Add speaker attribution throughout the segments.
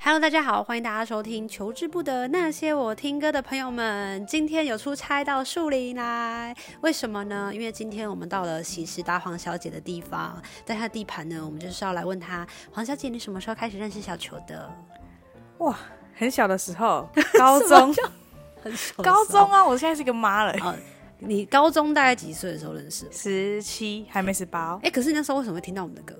Speaker 1: Hello，大家好，欢迎大家收听《求之不得》那些我听歌的朋友们，今天有出差到树林来，为什么呢？因为今天我们到了喜事达黄小姐的地方，在她的地盘呢，我们就是要来问她，黄小姐，你什么时候开始认识小球的？
Speaker 2: 哇，很小的时 候，高中，
Speaker 1: 很熟
Speaker 2: 高中啊，我现在是个妈了，
Speaker 1: 啊，你高中大概几岁的时候认识？
Speaker 2: 十七还没十八、哦
Speaker 1: 哎、。可是你那时候为什么会听到我们的歌？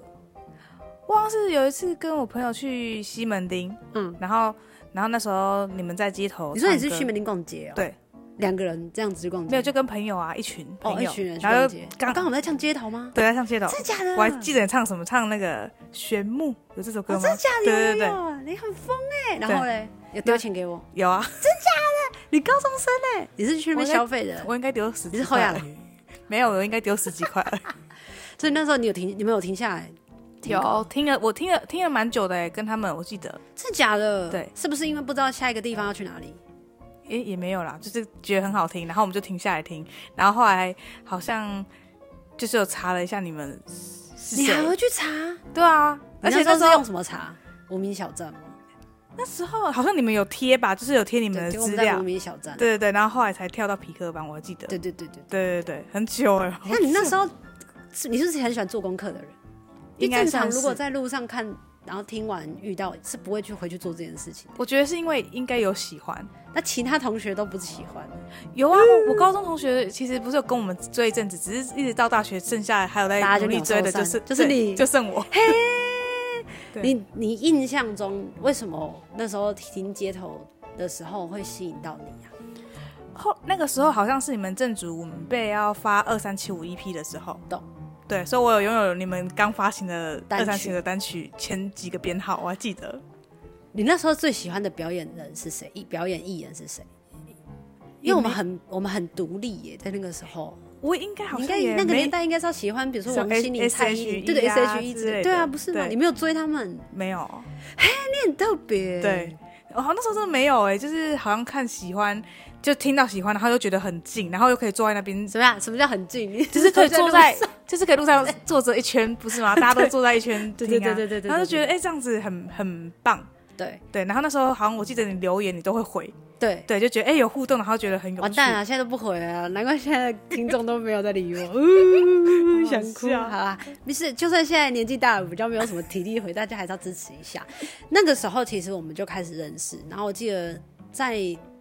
Speaker 2: 我好像是有一次跟我朋友去西门町，
Speaker 1: 嗯，
Speaker 2: 然后，然后那时候你们在街头，
Speaker 1: 你说你是去？门町逛街哦、
Speaker 2: 对，
Speaker 1: 两个人这样子去逛街，
Speaker 2: 没有，就跟朋友啊，一群
Speaker 1: 哦
Speaker 2: 朋
Speaker 1: 一
Speaker 2: 友，
Speaker 1: 群人去
Speaker 2: 然后
Speaker 1: 逛
Speaker 2: 就
Speaker 1: 街。哦
Speaker 2: 刚
Speaker 1: 刚刚我们在唱街头吗？
Speaker 2: 对在上街头，
Speaker 1: 真的假的？
Speaker 2: 我还记得你唱什么，唱那个玄木有这首歌吗？
Speaker 1: 哦真的假的？
Speaker 2: 对对对
Speaker 1: 有啊有有你很疯哎、然后嘞，有丢钱给我，
Speaker 2: 有啊，
Speaker 1: 你高中生哎、你是去那边
Speaker 2: 我在
Speaker 1: 消费的，
Speaker 2: 我应该丢十
Speaker 1: 你
Speaker 2: 几
Speaker 1: 是后亚
Speaker 2: 块，
Speaker 1: 人，
Speaker 2: 没有，我应该丢十 几块。
Speaker 1: 所以那时候你有停，你们有停下来？听歌
Speaker 2: 有听了，我听了听了蛮久的，欸跟他们我记得，
Speaker 1: 真的假的？
Speaker 2: 对，
Speaker 1: 是不是因为不知道下一个地方要去哪里？
Speaker 2: 也也没有啦，就是觉得很好听，然后我们就停下来听，然后后来好像就是有查了一下你们是
Speaker 1: 你还
Speaker 2: 谁
Speaker 1: 会，去查？
Speaker 2: 对啊，而且
Speaker 1: 你那时候
Speaker 2: 那时
Speaker 1: 是用
Speaker 2: 候
Speaker 1: 什么查？无名小站吗？
Speaker 2: 那时候好像你们有贴吧，就是有贴你们
Speaker 1: 啊对，
Speaker 2: 的
Speaker 1: 结果我
Speaker 2: 资
Speaker 1: 们在
Speaker 2: 料
Speaker 1: 无，名小站。
Speaker 2: 对对对，然后后来才跳到皮克班，我还记得，对
Speaker 1: 对对对对
Speaker 2: 对对对，很久了，
Speaker 1: 那你那时候是你是不是很喜欢做功课的人？
Speaker 2: 应
Speaker 1: 因为
Speaker 2: 该
Speaker 1: 正常
Speaker 2: 像
Speaker 1: 如果
Speaker 2: 是，
Speaker 1: 在路上看，然后听完遇到是不会去回去做这件事情。
Speaker 2: 我觉得是因为应该有喜欢，
Speaker 1: 那其他同学都不喜欢，
Speaker 2: 有啊，我我高中同学其实不是有跟我们追一阵子，只是一直到大学剩下还有在
Speaker 1: 大家就
Speaker 2: 努力
Speaker 1: 鸟
Speaker 2: 追的，
Speaker 1: 兽
Speaker 2: 就
Speaker 1: 散
Speaker 2: 是
Speaker 1: 就是
Speaker 2: 对
Speaker 1: 你
Speaker 2: 就剩我，对
Speaker 1: 你你印象中为什么那时候听街头的时候会吸引到你啊？
Speaker 2: 后那个时候好像是你们正主我们被要发二三七五 EP 的时候，
Speaker 1: 懂？
Speaker 2: 对，所以我有拥有你们刚发行的
Speaker 1: 单曲
Speaker 2: 二三七的单曲前几个编号，我还记得。
Speaker 1: 你那时候最喜欢的表演人是谁？艺表演艺人是谁？因为我们很我们很独立耶，在那个时候，
Speaker 2: 我应该好
Speaker 1: 你应
Speaker 2: 像
Speaker 1: 该
Speaker 2: 也
Speaker 1: 那个
Speaker 2: 没
Speaker 1: 年代应该是要喜欢，比如说
Speaker 2: 什
Speaker 1: 王
Speaker 2: 么
Speaker 1: 心凌、
Speaker 2: S-
Speaker 1: 蔡依林，
Speaker 2: SHE
Speaker 1: 对对
Speaker 2: 啊
Speaker 1: ，S H E 之
Speaker 2: 之
Speaker 1: 类
Speaker 2: 类
Speaker 1: 对啊，
Speaker 2: 的
Speaker 1: 不是吗？
Speaker 2: 对
Speaker 1: 你没有追他们，
Speaker 2: 没有，
Speaker 1: 你很特别。
Speaker 2: 对，我好像那时候真的没有哎、就是好像看喜欢就听到喜欢，然后又觉得很近，然后又可以坐在那边，
Speaker 1: 什么呀？什么叫很近？你
Speaker 2: 就是可以坐在
Speaker 1: 路上，
Speaker 2: 就是可以路上坐着一圈，不是吗？大家都坐在一圈
Speaker 1: 对
Speaker 2: 听啊
Speaker 1: 对对对对对
Speaker 2: 然后
Speaker 1: 对
Speaker 2: 就觉得哎、这样子很很棒，
Speaker 1: 对
Speaker 2: 对。然后那时候好像我记得你留言你都会回，
Speaker 1: 对，
Speaker 2: 对，就觉得哎、有互动，然后觉得很有趣。
Speaker 1: 完蛋啊！现在都不回啊，难怪现在听众都没有在理 我，
Speaker 2: 不
Speaker 1: 呜
Speaker 2: 嗯想
Speaker 1: 想哭。
Speaker 2: 哭
Speaker 1: 好啊，没事，就算现在年纪大了，比较没有什么体力回，大家还是要支持一下。那个时候其实我们就开始认识，然后我记得在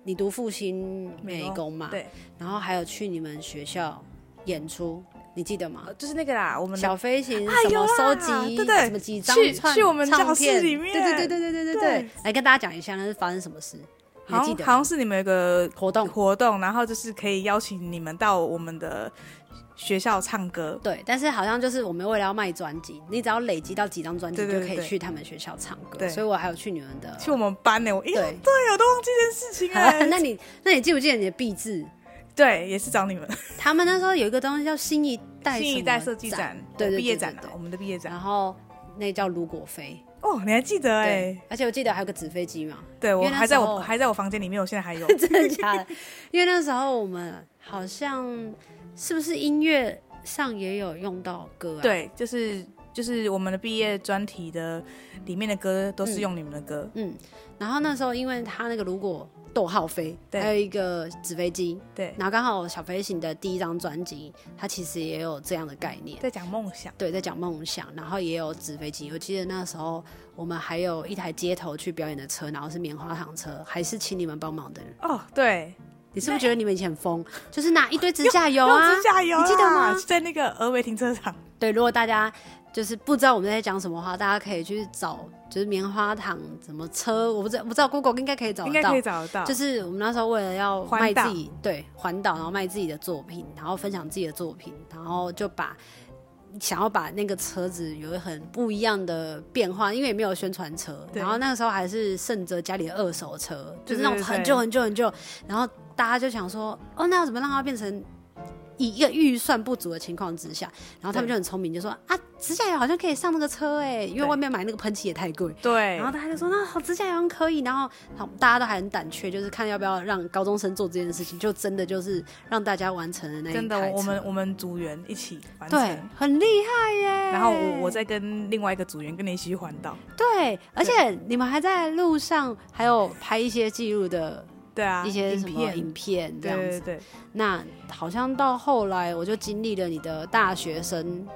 Speaker 1: 你读复兴美工嘛，，
Speaker 2: 啊对，
Speaker 1: 然后还有去你们学校演出，你记得吗
Speaker 2: 呃？就是那个啦，我们
Speaker 1: 小飞行
Speaker 2: 啊
Speaker 1: 什
Speaker 2: 有
Speaker 1: 么
Speaker 2: 啊
Speaker 1: 收集，
Speaker 2: 对对
Speaker 1: 什么几张
Speaker 2: 去
Speaker 1: 串
Speaker 2: 去我们
Speaker 1: 唱
Speaker 2: 教室
Speaker 1: 片
Speaker 2: 里面
Speaker 1: 对对对对对对对对
Speaker 2: 对，
Speaker 1: 来跟大家讲一下那是发生什么事，你
Speaker 2: 好
Speaker 1: 还记
Speaker 2: 像
Speaker 1: 得
Speaker 2: 好
Speaker 1: 吗
Speaker 2: 像是你们有个
Speaker 1: 活动？
Speaker 2: 活动，然后就是可以邀请你们到我们的学校唱歌。
Speaker 1: 对，但是好像就是我们为了要卖专辑，你只要累积到几张专辑
Speaker 2: 对
Speaker 1: 就
Speaker 2: 对
Speaker 1: 可以
Speaker 2: 对
Speaker 1: 去他们学校唱歌，
Speaker 2: 对
Speaker 1: 所以我还有去你们的。
Speaker 2: 去我们班呢、我因为
Speaker 1: 对，
Speaker 2: 我都忘记这件事情
Speaker 1: 好
Speaker 2: 哎、
Speaker 1: 那你那你记不记得你的壁纸？
Speaker 2: 对，也是找你们
Speaker 1: 他们那时候有一个东西叫新一代
Speaker 2: 新
Speaker 1: 什
Speaker 2: 一
Speaker 1: 么
Speaker 2: 代设计展，
Speaker 1: 对对对
Speaker 2: 毕业展
Speaker 1: 对
Speaker 2: 啊
Speaker 1: 对，
Speaker 2: 我们的毕业展。
Speaker 1: 然后那叫卢果飞，
Speaker 2: 哦，你还记得哎、
Speaker 1: 对，而且我记得还有个纸飞机嘛，
Speaker 2: 对我
Speaker 1: 因为那
Speaker 2: 还在
Speaker 1: 时候啊
Speaker 2: 我还在我房间里面，我现在还 有。
Speaker 1: 真的假的？因为那时候我们好像是不是音乐上也有用到歌啊？，
Speaker 2: 对，就是就是我们的毕业专题的里面的歌都是
Speaker 1: 嗯
Speaker 2: 用你们的歌。
Speaker 1: 嗯，然后那时候因为他那个如果逗号飞，
Speaker 2: 对
Speaker 1: 还有一个纸飞机，
Speaker 2: 对，
Speaker 1: 然后刚好小飞行的第一张专辑，它其实也有这样的概念，
Speaker 2: 在讲梦想。
Speaker 1: 对，在讲梦想，然后也有纸飞机。我记得那时候我们还有一台街头去表演的车，然后是棉花糖车，还是请你们帮忙的。
Speaker 2: 哦，对，
Speaker 1: 你是不是觉得你们以前很 疯，就是拿一堆指甲油
Speaker 2: 用
Speaker 1: 啊
Speaker 2: 指？甲油啦，
Speaker 1: 你记得吗
Speaker 2: 在那个峨眉停车场。
Speaker 1: 对，如果大家就是不知道我们在讲什么话，大家可以去找，就是棉花糖什么车，我不知道，我不知道 Google 应该可以找
Speaker 2: 应
Speaker 1: 得
Speaker 2: 该
Speaker 1: 到
Speaker 2: 可以。找得到。
Speaker 1: 就是我们那时候为了要卖
Speaker 2: 环岛
Speaker 1: 自己，对环岛，然后卖自己的作品，然后分享自己的作品，然后就把想要把那个车子有很不一样的变化，因为也没有宣传车，
Speaker 2: 对
Speaker 1: 然后那个时候还是盛着家里的二手车，就是
Speaker 2: 对
Speaker 1: 那种
Speaker 2: 对对
Speaker 1: 很旧很旧很旧，然后大家就想说，哦，那要怎么让它变成以一个预算不足的情况之下，然后他们就很聪明，就说啊，指甲油好像可以上那个车哎、因为
Speaker 2: 对
Speaker 1: 外面买那个喷漆也太贵。
Speaker 2: 对
Speaker 1: 然后大家就说那好，指甲油好像可以，然后好，大家都还很胆怯，就是看要不要让高中生做这件事情，就真的就是让大家完成了那一
Speaker 2: 真的，
Speaker 1: 台
Speaker 2: 我我
Speaker 1: 车
Speaker 2: 们我们组员一起完成，
Speaker 1: 对哎很厉害耶。
Speaker 2: 然后我我再跟另外一个组员跟你一起去环岛，
Speaker 1: 对，而且你们还在路上还有拍一些记录的
Speaker 2: 对啊，
Speaker 1: 一些什
Speaker 2: 影
Speaker 1: 么
Speaker 2: 片，
Speaker 1: 影片这
Speaker 2: 对
Speaker 1: 样
Speaker 2: 对
Speaker 1: 子。
Speaker 2: 对，
Speaker 1: 那好像到后来我就经历了你的大学生，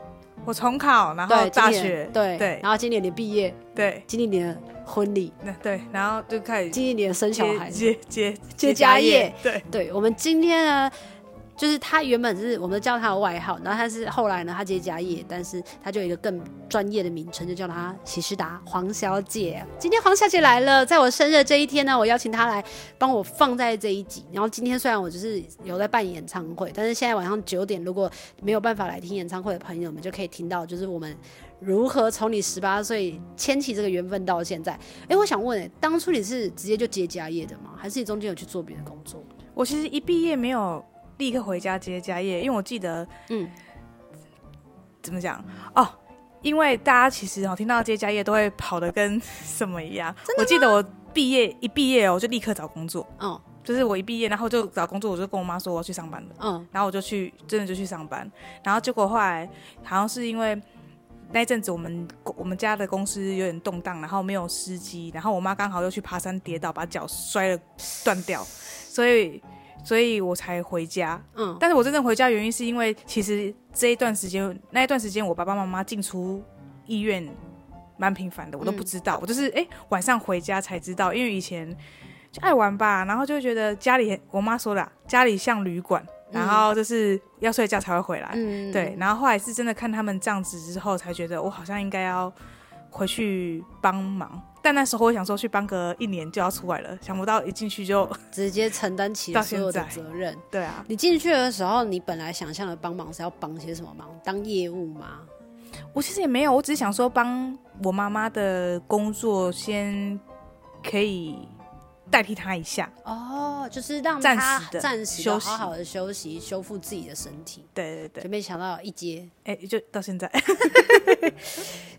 Speaker 2: 我重考，然后
Speaker 1: 对，经
Speaker 2: 大
Speaker 1: 历了
Speaker 2: 学，
Speaker 1: 对
Speaker 2: 对
Speaker 1: 然后今年你毕业，
Speaker 2: 对，
Speaker 1: 经历你的婚礼，
Speaker 2: 那对，然后就开始
Speaker 1: 经历你的生小
Speaker 2: 接
Speaker 1: 孩，
Speaker 2: 接接
Speaker 1: 接家业
Speaker 2: 业，对
Speaker 1: 对我们今天呢，就是他原本是我们叫他的外号，然后他是后来呢，他接家业，但是他就有一个更专业的名称，就叫他喜诗达黄小姐。今天黄小姐来了，在我生日的这一天呢，我邀请她来帮我放在这一集。然后今天虽然我就是有在办演唱会，但是现在晚上九点，如果没有办法来听演唱会的朋友们，就可以听到就是我们。如何从你十八岁牵起这个缘分到现在？哎、我想问、诶当初你是直接就接家业的吗？还是你中间有去做别的工作？
Speaker 2: 我其实一毕业没有立刻回家接家业，因为我记得，
Speaker 1: 嗯，
Speaker 2: 怎么讲哦？因为大家其实哦，听到接家业都会跑的跟什么一样。我记得我毕业一毕业哦，我就立刻找工作，
Speaker 1: 嗯
Speaker 2: 就是我一毕业，然后就找工作，我就跟我妈说我要去上班了，
Speaker 1: 嗯
Speaker 2: 然后我就去，真的就去上班。然后结果后来好像是因为那一阵子我们我们家的公司有点动荡，然后没有司机，然后我妈刚好又去爬山跌倒，把脚摔了断掉，所以所以我才回家。
Speaker 1: 嗯，
Speaker 2: 但是我真正回家原因是因为，其实这一段时间，那一段时间我爸爸妈妈进出医院蛮频繁的，我都不知道。我就是哎、诶晚上回家才知道，因为以前就爱玩吧，然后就会觉得家里，我妈说啦，家里像旅馆，然后就是要睡觉才会回来。
Speaker 1: 嗯
Speaker 2: 对，，然后后来是真的看他们这样子之后，才觉得我好像应该要回去帮忙。但那时候我想说去帮个一年就要出来了，想不到一进去 就
Speaker 1: 直接承担起了
Speaker 2: 到
Speaker 1: 所
Speaker 2: 现
Speaker 1: 有的
Speaker 2: 在
Speaker 1: 责任。
Speaker 2: 对啊，
Speaker 1: 你进去的时候，你本来想象的帮忙是要帮些什么忙？当业务吗？
Speaker 2: 我其实也没有，我只是想说帮我妈妈的工作先可以代替她一下。
Speaker 1: 哦，就是让
Speaker 2: 暂
Speaker 1: 他
Speaker 2: 时的
Speaker 1: 暂时
Speaker 2: 休
Speaker 1: 的
Speaker 2: 息
Speaker 1: 好好的休息，修复自己的身体。
Speaker 2: 对对
Speaker 1: 就
Speaker 2: 对，
Speaker 1: 没想到一接，
Speaker 2: 哎、就到现在，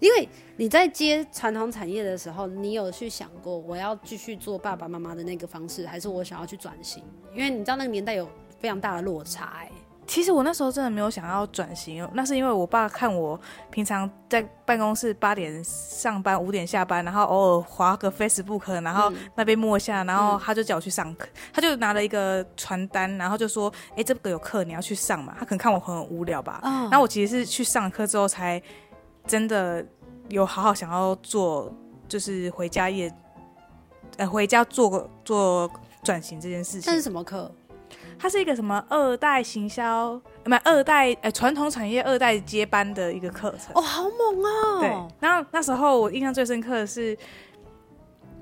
Speaker 1: 因为你在接传统产业的时候，你有去想过我要继续做爸爸妈妈的那个方式，还是我想要去转型？因为你知道那个年代有非常大的落差、欸，
Speaker 2: 其实我那时候真的没有想要转型，那是因为我爸看我平常在办公室八点上班，五点下班，然后偶尔划个 Facebook，然后那边摸一下，然后他就叫我去上课，他就拿了一个传单，然后就说：“哎、这个有课，你要去上嘛。”他可能看我很无聊吧，
Speaker 1: 嗯
Speaker 2: 然后我其实是去上课之后才真的有好好想要做，就是回家也，呃，回家做个做转型这件事情。
Speaker 1: 这是什么课？
Speaker 2: 它是一个什么二代行销，呃不，二代呃传统产业二代接班的一个课程。
Speaker 1: 哦，好猛哦！
Speaker 2: 对，然后那时候我印象最深刻的是，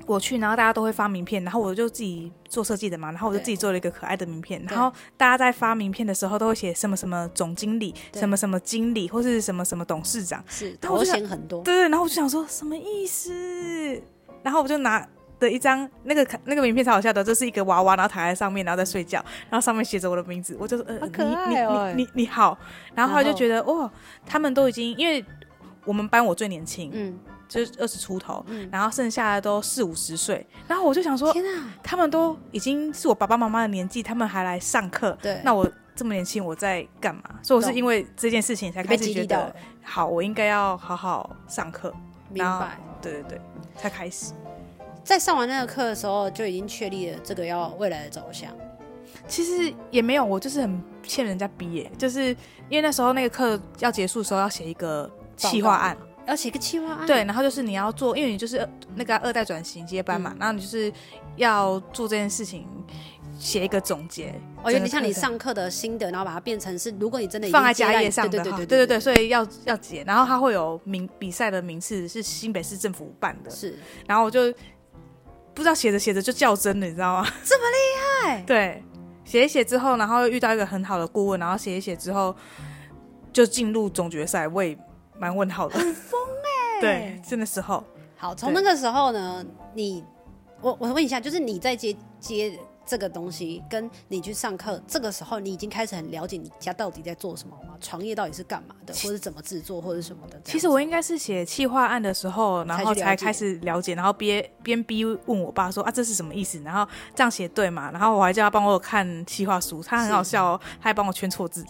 Speaker 2: 我去，然后大家都会发名片，然后我就自己做设计的嘛，然后我就
Speaker 1: 对
Speaker 2: 自己做了一个可爱的名片，
Speaker 1: 对
Speaker 2: 然后大家在发名片的时候都会写什么什么总经理、
Speaker 1: 对
Speaker 2: 什么什么经理或是什么什么董事长，
Speaker 1: 是
Speaker 2: 但我
Speaker 1: 头
Speaker 2: 就想
Speaker 1: 衔很多，
Speaker 2: 对对，然后我就想说什么意思，然后我就拿。的一张那个那个名片超好笑的，就是一个娃娃，然后躺在上面，然后在睡觉，然后上面写着我的名字，我就说呃，
Speaker 1: 好可爱哦
Speaker 2: 你你你你你好，然后后来就
Speaker 1: 然后
Speaker 2: 觉得哇、他们都已经因为我们班我最年轻，
Speaker 1: 嗯，
Speaker 2: 就是二十出头，然后剩下的都四五十岁，然后我就想说，
Speaker 1: 天啊！
Speaker 2: 他们都已经是我爸爸妈妈的年纪，他们还来上课，
Speaker 1: 对
Speaker 2: 那我这么年轻，我在干嘛？所以我是
Speaker 1: 懂
Speaker 2: 因为这件事情才
Speaker 1: 你被
Speaker 2: 开始
Speaker 1: 激
Speaker 2: 觉
Speaker 1: 励到
Speaker 2: 得
Speaker 1: 了，，
Speaker 2: 好，我应该要好好上课，
Speaker 1: 明白。
Speaker 2: 对对对，才开始。
Speaker 1: 在上完那个课的时候，就已经确立了这个要未来的走向。
Speaker 2: 其实也没有，我就是很欠人家逼耶、就是因为那时候那个课要结束的时候要写一个企划案，
Speaker 1: 要写个计划案，
Speaker 2: 对，，然后就是你要做，因为你就是二那个二代转型接班嘛，
Speaker 1: 嗯
Speaker 2: 然后你就是要做这件事情，写一个总结。
Speaker 1: 我觉得哦像你
Speaker 2: 整个课程
Speaker 1: 上课的心得，然后把它变成是，如果你真的已经
Speaker 2: 放在
Speaker 1: 接
Speaker 2: 家
Speaker 1: 到
Speaker 2: 业
Speaker 1: 你
Speaker 2: 上的
Speaker 1: 对
Speaker 2: 哈，
Speaker 1: 对
Speaker 2: 对
Speaker 1: 对
Speaker 2: 对
Speaker 1: 对，
Speaker 2: 所以要要解，然后它会有名比赛的名次是新北市政府办的，
Speaker 1: 是
Speaker 2: 然后我就不知道写着写着就较真了，你知道吗？这么厉害？ 对，写一写之后，然后又遇到一个很好的顾问，然后写一写之后就进入总决赛，我也蛮问号的。
Speaker 1: 很疯哎、
Speaker 2: 对，，是那时候
Speaker 1: 好，从那个时候呢，你我我问一下，就是你在接接这个东西，跟你去上课这个时候，你已经开始很了解你家到底在做什么吗？床业到底是干嘛的， 或者怎么制作，或者什么的。
Speaker 2: 其实我应该是写企划案的时候，然后才开始了解，然后边边逼问我爸说啊这是什么意思，然后这样写对嘛？然后我还叫他帮我看企划书，他很好笑哦，他还帮我圈错字。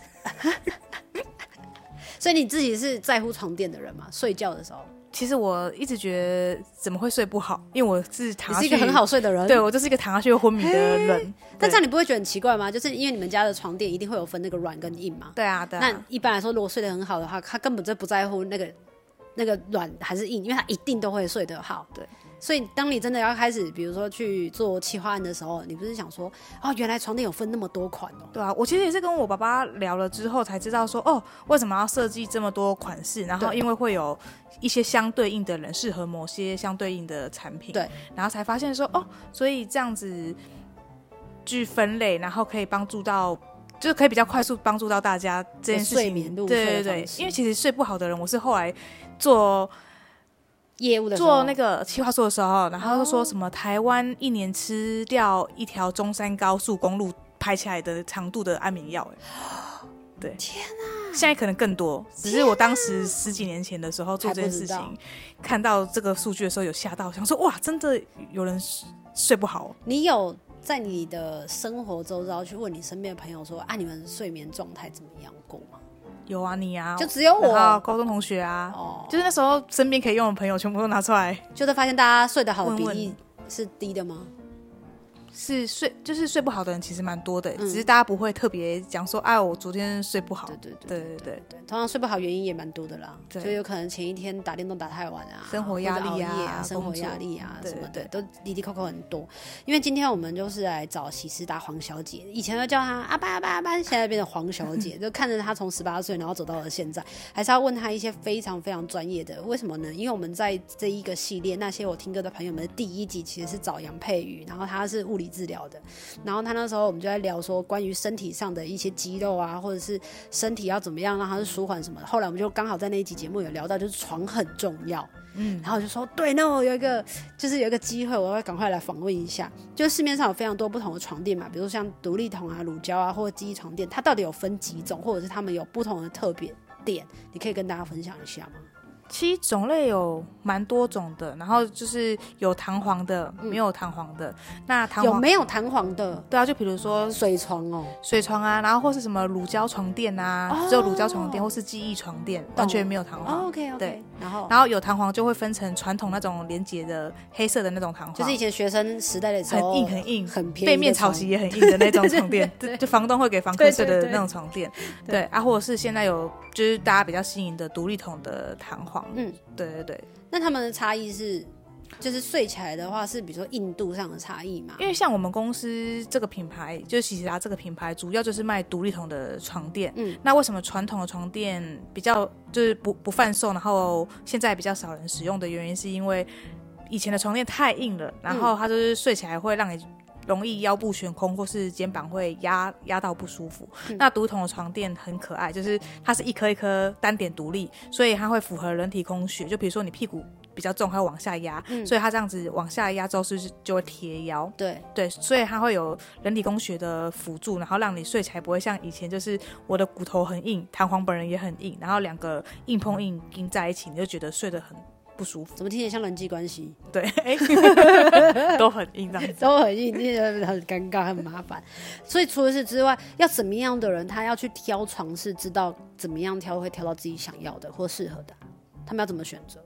Speaker 1: 所以你自己是在乎床垫的人吗？睡觉的时候，
Speaker 2: 其实我一直觉得怎么会睡不好，因为我是躺
Speaker 1: 你
Speaker 2: 下
Speaker 1: 是
Speaker 2: 去
Speaker 1: 一个很好睡的人。
Speaker 2: 对我就是一个躺下去会昏迷的人。
Speaker 1: 但
Speaker 2: 对
Speaker 1: 这样你不会觉得很奇怪吗？就是因为你们家的床垫一定会有分那个软跟硬嘛。
Speaker 2: 对啊，对啊
Speaker 1: 那，一般来说，如果睡得很好的话，他根本就不在乎那个那个软还是硬，因为他一定都会睡得好。
Speaker 2: 对，
Speaker 1: 所以当你真的要开始，比如说去做企划案的时候，你不是想说，哦，原来床垫有分那么多款哦。
Speaker 2: 对啊，我其实也是跟我爸爸聊了之后才知道说，哦，为什么要设计这么多款式？然后
Speaker 1: 对
Speaker 2: 因为会有一些相对应的人适合某些相对应的产品，
Speaker 1: 对，
Speaker 2: 然后才发现说，哦，所以这样子去分类，然后可以帮助到。就是可以比较快速帮助到大家这件事情，
Speaker 1: 睡眠入睡的
Speaker 2: 对对对
Speaker 1: 方，式
Speaker 2: 因为其实睡不好的人，我是后来做
Speaker 1: 业务的时候
Speaker 2: 做那个企划书的时候，然后就说什么台湾一年吃掉一条中山高速公路排起来的长度的安眠药、哎， 对，天哪！现在可能更多，只是我当时十几年前的时候做这件事
Speaker 1: 还不
Speaker 2: 情，看到这个数据的时候有吓到，想说哇，真的有人睡睡不好哦、
Speaker 1: 你有在你的生活周遭去问你身边的朋友说，啊，你们睡眠状态怎么样过吗？
Speaker 2: 有啊，你啊，
Speaker 1: 就只有我
Speaker 2: 然后高中同学啊，
Speaker 1: 哦，
Speaker 2: 就是那时候身边可以用的朋友全部都拿出来，
Speaker 1: 就是发现大家睡得好的
Speaker 2: 问
Speaker 1: 比
Speaker 2: 问
Speaker 1: 例是低的吗？
Speaker 2: 是睡就是睡不好的人其实蛮多的、
Speaker 1: 嗯
Speaker 2: 只是大家不会特别讲说，哎，我昨天睡不好
Speaker 1: 对，对对
Speaker 2: 对对对。
Speaker 1: 对，通常睡不好原因也蛮多的啦，
Speaker 2: 对
Speaker 1: 就有可能前一天打电动打太晚啊，
Speaker 2: 生活压力啊
Speaker 1: 或者熬夜啊，
Speaker 2: 工作
Speaker 1: 生活压力啊
Speaker 2: 对
Speaker 1: 什么的，
Speaker 2: 对
Speaker 1: 都滴滴扣扣很多。因为今天我们就是来找喜事达黄小姐，以前要叫她阿爸阿爸阿爸，现在变成黄小 姐，就看着她从十八岁然后走到了现在，还是要问她一些非常非常专业的。为什么呢？因为我们在这一个系列那些我听歌的朋友们的第一集其实是找杨佩瑜，然后她是物理治疗的，然后她那时候我们就在聊说关于身体上的一些肌肉啊，或者是身体要怎么样让它是舒缓什么的。后来我们就刚好在那一集节目有聊到，就是床很重要。嗯，然后我就说，对，那我有一个就是有一个机会，我要赶快来访问一下。就是市面上有非常多不同的床垫嘛，比如像独立筒啊、乳胶啊，或者记忆床垫，它到底有分几种，或者是它们有不同的特别点，你可以跟大家分享一下吗？
Speaker 2: 其实种类有蛮多种的，然后就是有弹簧的，没有弹簧的。那弹
Speaker 1: 嗯有
Speaker 2: 簧
Speaker 1: 没有弹簧的
Speaker 2: 对啊，就比如说
Speaker 1: 水床哦？
Speaker 2: 水床啊，然后或是什么乳胶床垫啊，只有乳胶床垫或是记忆床垫，完全没有弹簧。
Speaker 1: 哦，OK OK，
Speaker 2: 对
Speaker 1: 然后
Speaker 2: 然后有弹簧就会分成传统那种连接的黑色的那种弹簧，
Speaker 1: 就是以前学生时代的时候，
Speaker 2: 很硬很硬
Speaker 1: 很便宜的
Speaker 2: 背面草
Speaker 1: 床
Speaker 2: 席也很硬的那种床垫，
Speaker 1: 对对对
Speaker 2: 就就房东会给房
Speaker 1: 对对
Speaker 2: 客睡的
Speaker 1: 对
Speaker 2: 那种床垫，对啊，或者是现在有就是大家比较新颖的独立筒的弹
Speaker 1: 嗯
Speaker 2: 簧，嗯，对对对，
Speaker 1: 那他们的差异是，就是睡起来的话是，比如说硬度上的差异嘛？
Speaker 2: 因为像我们公司这个品牌，就是喜喜达这个品牌，主要就是卖独立筒的床垫。
Speaker 1: 嗯
Speaker 2: 嗯，那为什么传统的床垫比较就是不不贩售，然后现在比较少人使用的原因，是因为以前的床垫太硬了，然后它就是睡起来会让你。容易腰部悬空，或是肩膀会压压到不舒服。那独立筒的床垫很可爱，就是它是一颗一颗单点独立，所以它会符合人体工学。就比如说你屁股比较重，它会往下压，所以它这样子往下压之后是不是就会贴腰。
Speaker 1: 对，
Speaker 2: 对，所以它会有人体工学的辅助，然后让你睡起来不会像以前，就是我的骨头很硬，弹簧本人也很硬，然后两个硬碰硬硬在一起，你就觉得睡得很不舒服。
Speaker 1: 怎么听起来像人际关系
Speaker 2: 对， 哎都很硬 这样子。
Speaker 1: 都很硬，听起来很尴尬，很麻烦。所以除了是之外，要怎么样的人，他要去挑床是知道怎么样挑会挑到自己想要的或适合的啊、他们要怎么选择？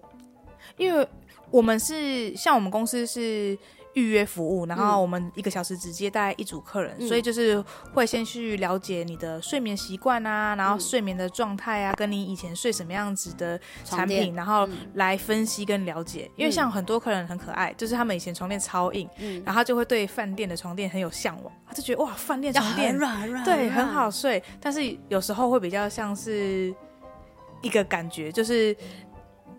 Speaker 2: 因为我们是像我们公司是预约服务，然后我们一个小时只接待一组客人，
Speaker 1: 嗯
Speaker 2: 所以就是会先去了解你的睡眠习惯啊，然后
Speaker 1: 嗯
Speaker 2: 睡眠的状态啊，跟你以前睡什么样子的
Speaker 1: 床
Speaker 2: 产
Speaker 1: 垫嗯
Speaker 2: 品，然后来分析跟了解。因为像很多客人很可爱，就是他们以前床垫超硬，
Speaker 1: 嗯
Speaker 2: 然后他就会对饭店的床垫很有向往，他就觉得哇，饭店
Speaker 1: 要
Speaker 2: 床垫
Speaker 1: 很软很软，
Speaker 2: 对，
Speaker 1: 软
Speaker 2: 很。好睡，但是有时候会比较像是一个感觉，就是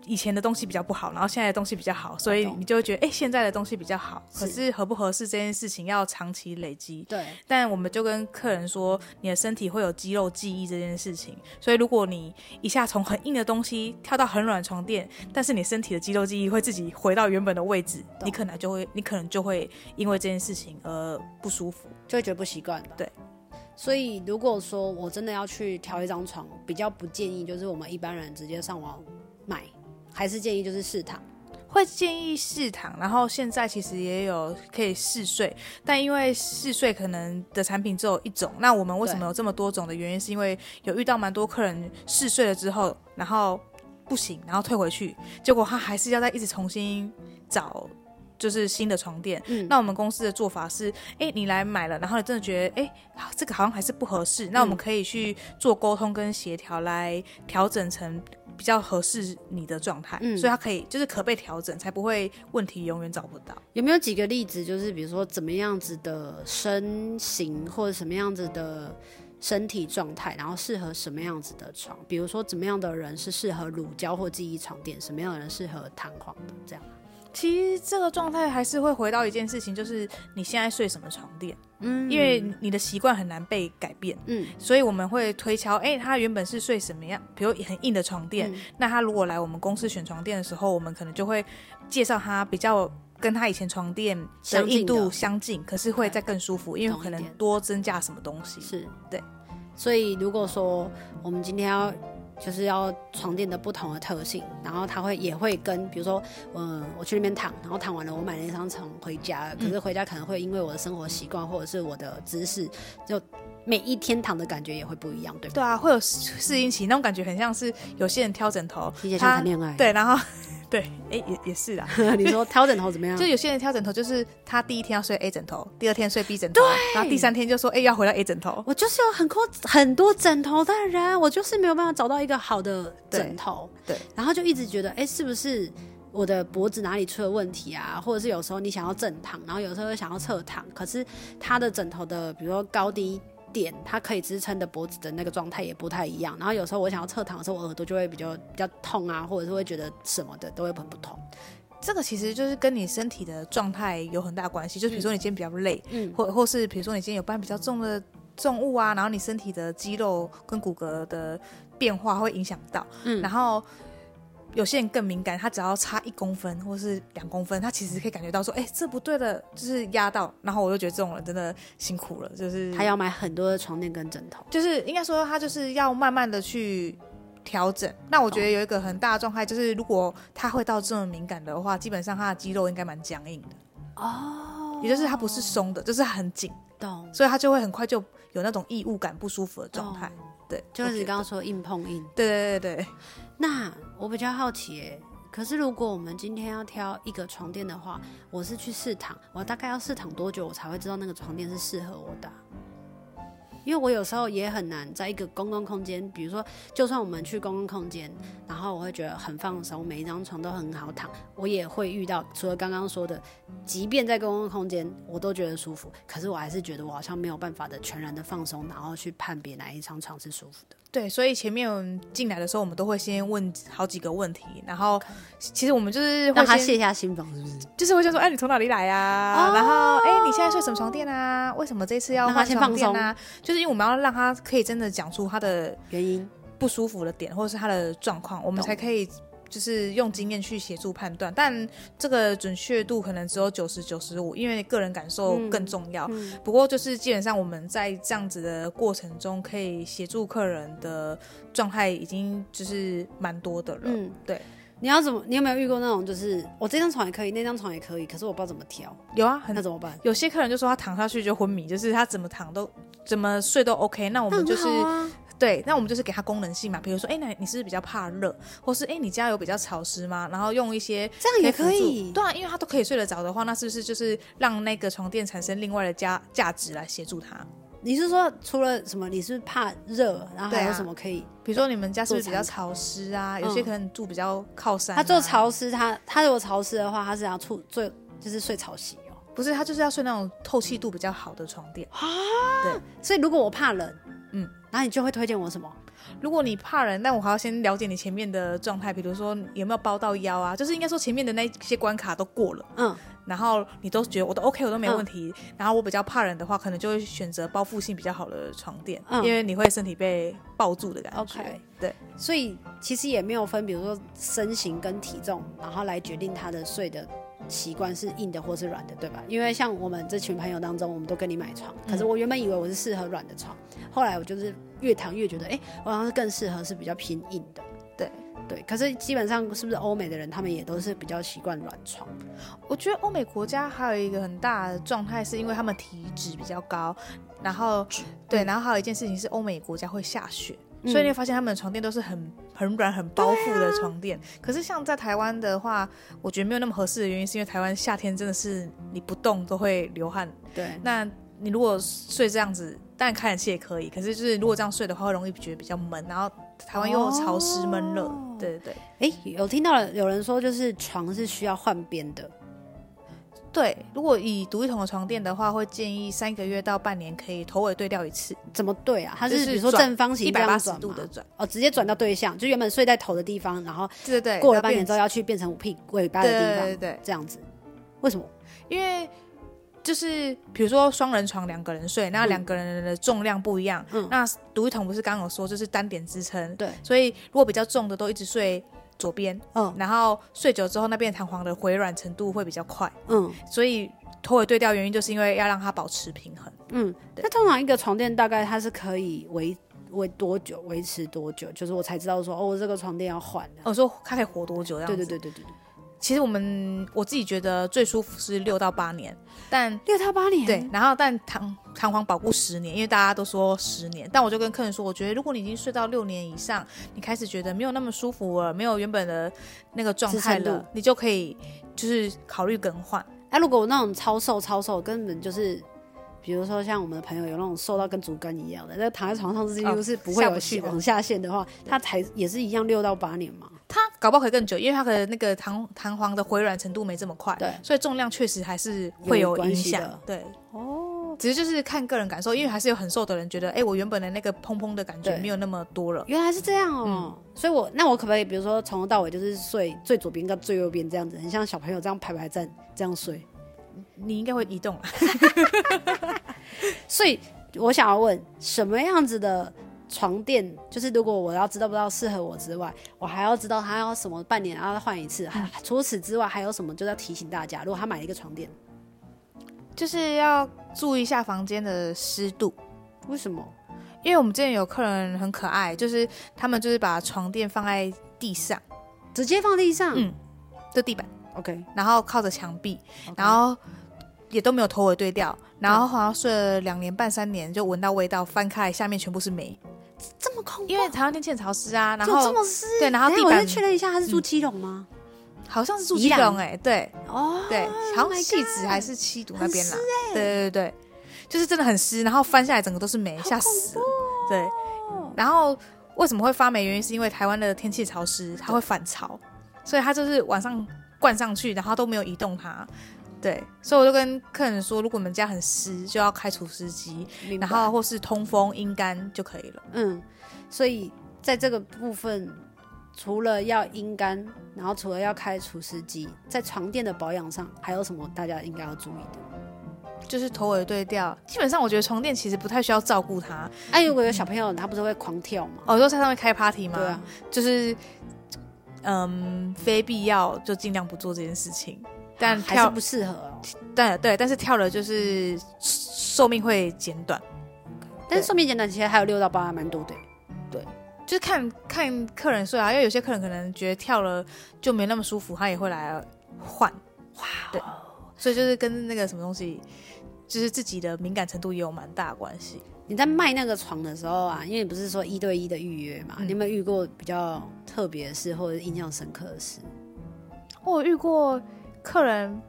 Speaker 2: 以前的东西比较不好，然后现在的东西比较好，所以
Speaker 1: 懂
Speaker 2: 你就会觉得，哎、现在的东西比较好，可
Speaker 1: 是
Speaker 2: 是合不合适这件事情要长期累积。
Speaker 1: 对，
Speaker 2: 但我们就跟客人说，你的身体会有肌肉记忆这件事情，所以如果你一下从很硬的东西跳到很软的床垫，但是你身体的肌肉记忆会自己回到原本的位置，你可能就会，你可能就会因为这件事情而不舒服。
Speaker 1: 就会觉得不习惯吧。
Speaker 2: 对。
Speaker 1: 所以，如果说我真的要去调一张床，比较不建议就是我们一般人直接上网买，还是建议就是试躺。
Speaker 2: 会建议试躺，然后现在其实也有可以试睡，但因为试睡可能的产品只有一种，那我们为什么有这么多种的原因，是因为有遇到蛮多客人试睡了之后，然后不行，然后退回去，结果他还是要再一直重新找。就是新的床垫，那我们公司的做法是，哎、你来买了，然后你真的觉得，哎、啊这个好像还是不合适，那我们可以去做沟通跟协调，来调整成比较合适你的状态，所以它可以就是可被调整，才不会问题永远找不到。
Speaker 1: 有没有几个例子，就是比如说怎么样子的身形，或者什么样子的身体状态，然后适合什么样子的床？比如说怎么样的人是适合乳胶或记忆床垫，什么样的人适合弹簧的这样？
Speaker 2: 其实这个状态还是会回到一件事情，就是你现在睡什么床垫，嗯，因为你的习惯很难被改变，
Speaker 1: 嗯，
Speaker 2: 所以我们会推敲，哎、他原本是睡什么样，比如很硬的床
Speaker 1: 嗯
Speaker 2: 垫，那他如果来我们公司选床垫的时候，我们可能就会介绍他比较。跟他以前床垫的
Speaker 1: 相近
Speaker 2: 硬
Speaker 1: 的
Speaker 2: 度相近，可是会再更舒服，因为
Speaker 1: 懂一
Speaker 2: 可能
Speaker 1: 点
Speaker 2: 多增加什么东西。
Speaker 1: 是
Speaker 2: 对。
Speaker 1: 所以如果说我们今天要就是要床垫的不同的特性，然后它会也会跟，比如说，嗯，我去那边躺，然后躺完了，我买了一张床回家了，可是回家可能会因为我的生活习惯或者是我的姿势，就每一天躺的感觉也会不一样，对吧？
Speaker 2: 对啊，会有适适应期，那种感觉很像是有些人挑枕头，
Speaker 1: 听起来像
Speaker 2: 他
Speaker 1: 谈恋爱。
Speaker 2: 对，然后 对，哎、也也是啦，
Speaker 1: 你说挑枕头怎么样？
Speaker 2: 就有些人挑枕头，就是他第一天要睡 A 枕头，第二天睡 B 枕头，然后第三天就说，哎、要回到 A 枕头。
Speaker 1: 我就是有很多很多枕头的人，我就是没有办法找到一个好的枕头，
Speaker 2: 对对
Speaker 1: 然后就一直觉得，哎、是不是我的脖子哪里出了问题啊？或者是有时候你想要正躺，然后有时候又想要侧躺，可是它的枕头的，比如啊说高低。点它可以支撑的脖子的那个状态也不太一样，然后有时候我想要侧躺的时候，我耳朵就会比较比较痛啊，或者是会觉得什么的都会很不同。
Speaker 2: 这个其实就是跟你身体的状态有很大关系，就比如说你今天比较累，
Speaker 1: 嗯
Speaker 2: 或或是比如说你今天有搬比较重的重物啊，然后你身体的肌肉跟骨骼的变化会影响到，
Speaker 1: 嗯
Speaker 2: 然后。有些人更敏感，他只要差一公分或是两公分，他其实可以感觉到说，哎、这不对了，就是压到。然后我就觉得这种人真的辛苦了，就是
Speaker 1: 他要买很多的床垫跟枕头，
Speaker 2: 就是应该说他就是要慢慢的去调整。那我觉得有一个很大的状态就是，如果他会到这么敏感的话，基本上他的肌肉应该蛮僵硬的哦，也就是他不是松的，就是很紧，
Speaker 1: 懂？
Speaker 2: 所以他就会很快就有那种异物感、不舒服的状态。对，
Speaker 1: 哦就是你
Speaker 2: 我觉得
Speaker 1: 刚刚说硬碰硬，
Speaker 2: 对对对对，
Speaker 1: 那我比较好奇、欸，可是如果我们今天要挑一个床垫的话，我是去试躺，我大概要试躺多久，我才会知道那个床垫是适合我的啊、因为我有时候也很难在一个公共空间，比如说，就算我们去公共空间，然后我会觉得很放松，每一张床都很好躺，我也会遇到除了刚刚说的，即便在公共空间，我都觉得舒服，可是我还是觉得我好像没有办法的全然的放松，然后去判别哪一张床是舒服的。
Speaker 2: 对，所以前面我们进来的时候，我们都会先问好几个问题，然后其实我们就是
Speaker 1: 让
Speaker 2: 会
Speaker 1: 他
Speaker 2: 先
Speaker 1: 卸下心防，是不是？
Speaker 2: 就是会先说，哎、你从哪里来呀、
Speaker 1: 哦
Speaker 2: 然后，哎、你现在睡什么床垫啊？为什么这次要
Speaker 1: 让他
Speaker 2: 换
Speaker 1: 先
Speaker 2: 床垫啊？就是因为我们要让他可以真的讲出他的
Speaker 1: 原因
Speaker 2: 不舒服的点，或者是他的状况，我们
Speaker 1: 懂
Speaker 2: 才可以就是用经验去协助判断。但这个准确度可能只有九十九十五，因为个人感受更重要。
Speaker 1: 嗯
Speaker 2: 不过就是基本上我们在这样子的过程中，可以协助客人的状态已经就是蛮多的了。
Speaker 1: 嗯
Speaker 2: 对，
Speaker 1: 你要怎么？你有没有遇过那种就是我这张床也可以，那张床也可以，可是我不知道怎么挑，
Speaker 2: 有啊，很
Speaker 1: 那怎么办？
Speaker 2: 有些客人就说他躺下去就昏迷，就是他怎么躺都怎么睡都 OK。那我
Speaker 1: 那
Speaker 2: 们
Speaker 1: 很
Speaker 2: 就是、
Speaker 1: 好啊
Speaker 2: 对，那我们就是给他功能性嘛，比如说，哎、那你是不是比较怕热，或是哎、你家有比较潮湿吗？然后用一些
Speaker 1: 这样也
Speaker 2: 可
Speaker 1: 可
Speaker 2: 以辅助
Speaker 1: 以。
Speaker 2: 对啊，因为他都可以睡得着的话，那是不是就是让那个床垫产生另外的价价值来协助他？
Speaker 1: 你是说除了什么？你是怕热，然后还
Speaker 2: 对
Speaker 1: 有
Speaker 2: 啊
Speaker 1: 什么可以？
Speaker 2: 比如说你们家是不是
Speaker 1: 做
Speaker 2: 比较
Speaker 1: 参
Speaker 2: 潮湿啊？有些可能住比较靠山、
Speaker 1: 嗯
Speaker 2: 啊，
Speaker 1: 他做潮湿，他他如果潮湿的话，他是要出最就是睡潮汐哦。
Speaker 2: 不是他就是要睡那种透气度比较好的床垫。
Speaker 1: 所以如果我怕冷，嗯
Speaker 2: 嗯，
Speaker 1: 然后你就会推荐我什么？
Speaker 2: 如果你怕人，但我还要先了解你前面的状态，比如说有没有包到腰啊，就是应该说前面的那些关卡都过了，
Speaker 1: 嗯，
Speaker 2: 然后你都觉得我都 OK，我都没问题。然后我比较怕人的话，可能就会选择包覆性比较好的床垫，
Speaker 1: 嗯
Speaker 2: 因为你会身体被抱住的感觉。
Speaker 1: OK
Speaker 2: 对，
Speaker 1: 所以其实也没有分，比如说身形跟体重，然后来决定他的睡的习惯是硬的或是软的，对吧？因为像我们这群朋友当中，我们都跟你买床，可
Speaker 2: 嗯
Speaker 1: 是我原本以为我是适合软的床，后来我就是越躺越觉得，哎、我好像是更适合是比较偏硬的。
Speaker 2: 对
Speaker 1: 对，可是基本上是不是欧美的人，他们也都是比较习惯软床？
Speaker 2: 我觉得欧美国家还有一个很大的状态，是因为他们体脂比较高，然后对，然后还有一件事情是欧美国家会下雪，所以你会发现他们的床垫都是很很软、很包覆的床垫。可是像在台湾的话，我觉得没有那么合适的原因，是因为台湾夏天真的是你不动都会流汗。
Speaker 1: 对，
Speaker 2: 那你如果睡这样子，当然开冷气也可以，可是就是如果这样睡的话，会容易觉得比较闷，然后台湾又潮湿闷热。
Speaker 1: 哦
Speaker 2: 对对对。
Speaker 1: 哎、有听到有人说，就是床是需要换边的，
Speaker 2: 对，如果以独立筒的床垫的话，会建议三个月到半年可以头尾对调一次，
Speaker 1: 怎么对啊？它
Speaker 2: 就是
Speaker 1: 比如说
Speaker 2: 转
Speaker 1: 正方形
Speaker 2: 一
Speaker 1: 这
Speaker 2: 百
Speaker 1: 样
Speaker 2: 八十
Speaker 1: 转
Speaker 2: 度
Speaker 1: 吗
Speaker 2: 的转。
Speaker 1: 哦，直接转到对象，就原本睡在头的地方，然后
Speaker 2: 对对对，
Speaker 1: 过了
Speaker 2: 哎要
Speaker 1: 半年
Speaker 2: 变
Speaker 1: 之后要去变成屁股尾巴的
Speaker 2: 对
Speaker 1: 地方，
Speaker 2: 对对对，
Speaker 1: 这样子。为什么？
Speaker 2: 因为就是比如说双人床两个人睡，那两个人的重量不一样，
Speaker 1: 嗯
Speaker 2: 那独立筒不是刚刚有说就是单点支撑，
Speaker 1: 对
Speaker 2: 所以如果比较重的都一直睡左边，
Speaker 1: 嗯
Speaker 2: 然后睡久之后那边弹簧的回软程度会比较快，
Speaker 1: 嗯
Speaker 2: 所以头尾对调原因就是因为要让它保持平衡。
Speaker 1: 嗯。那通常一个床垫大概它是可以维维多久，维持多久？就是我才知道说，哦，我这个床垫要换了。
Speaker 2: 哦我说它可以活多久？这样
Speaker 1: 对
Speaker 2: 子
Speaker 1: 对对对对对，
Speaker 2: 其实我们我自己觉得最舒服是六到八年，但
Speaker 1: 六到八年。
Speaker 2: 对，，然后但弹弹簧保护十年，因为大家都说十年，但我就跟客人说，我觉得如果你已经睡到六年以上，你开始觉得没有那么舒服了，没有原本的那个状态
Speaker 1: 支撑
Speaker 2: 了
Speaker 1: 度，
Speaker 2: 你就可以就是考虑更换。
Speaker 1: 哎、如果我那种超瘦超瘦，根本就是。比如说像我们的朋友有那种瘦到跟竹竿一样的，那躺在床上是几乎
Speaker 2: 哦
Speaker 1: 是不会
Speaker 2: 下
Speaker 1: 有
Speaker 2: 不去的
Speaker 1: 往下陷的话，它才也是一样六到八年嘛。
Speaker 2: 它搞不好可以更久，因为它的那个弹弹簧的回软程度没这么快，
Speaker 1: 对
Speaker 2: 所以重量确实还是会
Speaker 1: 有
Speaker 2: 有
Speaker 1: 关
Speaker 2: 影
Speaker 1: 系
Speaker 2: 响
Speaker 1: 的。
Speaker 2: 对，哦，只是就是看个人感受，因为还是有很瘦的人觉得，哎、我原本的那个砰砰的感觉
Speaker 1: 对
Speaker 2: 没有那么多了。
Speaker 1: 原来是这样哦、所以我那我可不可以，比如说从头到尾就是睡最左边跟最右边这样子，很像小朋友这样排排站这样睡。
Speaker 2: 你应该会移动 啊，
Speaker 1: 所以我想要问，什么样子的床垫，就是如果我要知道不知道适合我之外，我还要知道它要什么半年，然后换一次。还除此之外还有什么，就是要提醒大家，如果他买了一个床垫，
Speaker 2: 就是要注意一下房间的湿度。
Speaker 1: 为什么？
Speaker 2: 因为我们之前有客人很可爱，就是他们就是把床垫放在地上
Speaker 1: 直接放地上、
Speaker 2: 嗯的地板，
Speaker 1: OK，
Speaker 2: 然后靠着墙壁，然后也都没有头尾对调，然后好像睡了两年半三年就闻到味道，翻开下面全部是霉，
Speaker 1: 这么恐怖，
Speaker 2: 因为台湾天气很潮湿啊，然
Speaker 1: 就这
Speaker 2: 后
Speaker 1: 么湿。
Speaker 2: 对，然后
Speaker 1: 等一
Speaker 2: 地
Speaker 1: 下我
Speaker 2: 板
Speaker 1: 再确认一下，他是住基隆吗？
Speaker 2: 好像是住
Speaker 1: 宜
Speaker 2: 基
Speaker 1: 兰
Speaker 2: 隆哎、对
Speaker 1: 哦，
Speaker 2: 对，好
Speaker 1: my
Speaker 2: 像
Speaker 1: god
Speaker 2: 戏子还是七堵那边啦
Speaker 1: 很，欸
Speaker 2: 对对对，就是真的很湿，然后翻下来整个都是霉，吓死了，对，
Speaker 1: 哦
Speaker 2: 然后为什么会发霉？原因是因为台湾的天气潮湿，它会反潮，所以它就是晚上灌上去，然后都没有移动它。对，所以我就跟客人说，如果你们家很湿，就要开除湿机，
Speaker 1: 明白
Speaker 2: 然后或是通风阴干就可以了。
Speaker 1: 嗯，所以在这个部分，除了要阴干，然后除了要开除湿机，在床垫的保养上还有什么大家应该要注意的？
Speaker 2: 就是头尾对调，基本上我觉得床垫其实不太需要照顾它。
Speaker 1: 哎、如果有小朋友，他不是会狂跳吗？
Speaker 2: 哦，就在上面开 party 嘛，
Speaker 1: 对啊，
Speaker 2: 就是嗯，非必要就尽量不做这件事情。但
Speaker 1: 还是
Speaker 2: 跳
Speaker 1: 不适合、哦。
Speaker 2: 但对，但是跳了就是寿命会减短。
Speaker 1: 但是寿命简短，其实还有六到八，还蛮多的。
Speaker 2: 就是看看客人睡啊，因为有些客人可能觉得跳了就没那么舒服，他也会来换。哇，哦对，所以就是跟那个什么东西，就是自己的敏感程度也有蛮大的关系。
Speaker 1: 你在卖那个床的时候啊，因为你不是说一对一的预约
Speaker 2: 嗯
Speaker 1: 嘛，你有没有遇过比较特别的事或者印象深刻的事？
Speaker 2: 我有遇过客人，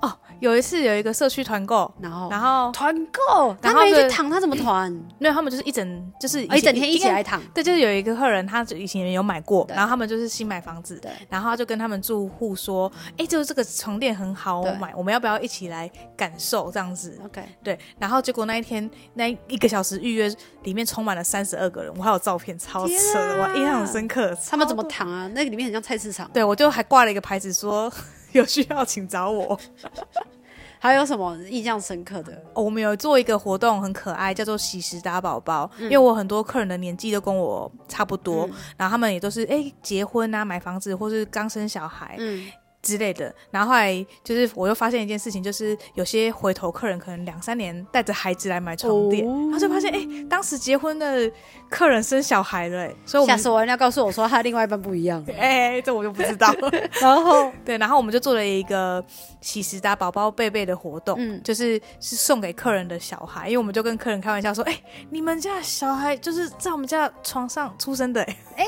Speaker 2: 哦，有一次有一个社区团购，
Speaker 1: 然后
Speaker 2: 然后
Speaker 1: 团购，他
Speaker 2: 然后
Speaker 1: 没去
Speaker 2: 个
Speaker 1: 躺，他怎么团？
Speaker 2: 没有，他们就是一整就是以
Speaker 1: 哦一整
Speaker 2: 前
Speaker 1: 天一起。
Speaker 2: 应该
Speaker 1: 来躺，
Speaker 2: 对，就是有一个客人，他以前有买过，
Speaker 1: 对
Speaker 2: 然后他们就是新买房子，
Speaker 1: 对
Speaker 2: 然后他就跟他们住户说，哎，就是这个床垫很好
Speaker 1: 对
Speaker 2: 买，我们要不要一起来感受这样子？
Speaker 1: ，OK，
Speaker 2: 对，然后结果那一天那一个小时预约里面充满了三十二个人，我还有照片，超扯
Speaker 1: 天
Speaker 2: 的，
Speaker 1: 啊
Speaker 2: 我印象很深刻。
Speaker 1: 他们
Speaker 2: 超
Speaker 1: 怎么
Speaker 2: 多？
Speaker 1: 躺啊？那个里面很像菜市场。
Speaker 2: 对，我就还挂了一个牌子说 有需要请找我。
Speaker 1: 还有什么印象深刻的？
Speaker 2: 哦我们有做一个活动，很可爱，叫做“喜食打宝宝”，
Speaker 1: 嗯
Speaker 2: 因为我很多客人的年纪都跟我差不多，然后他们也都是哎、结婚啊、买房子或是刚生小孩
Speaker 1: 嗯，
Speaker 2: 之类的。然后后来就是我又发现一件事情，就是有些回头客人可能两三年带着孩子来买床垫，
Speaker 1: 哦
Speaker 2: 然后就发现哎、当时结婚的客人生小孩了、哎，所以我
Speaker 1: 吓
Speaker 2: 们
Speaker 1: 死我！人家告诉我说他另外一半不一样。
Speaker 2: 哎、这我就不知道。
Speaker 1: 然后
Speaker 2: 对， 然后我们就做了一个喜时达宝宝贝贝的活动，
Speaker 1: 嗯
Speaker 2: 就是是送给客人的小孩，因为我们就跟客人开玩笑说，哎、你们家小孩就是在我们家床上出生的、哎，
Speaker 1: 哎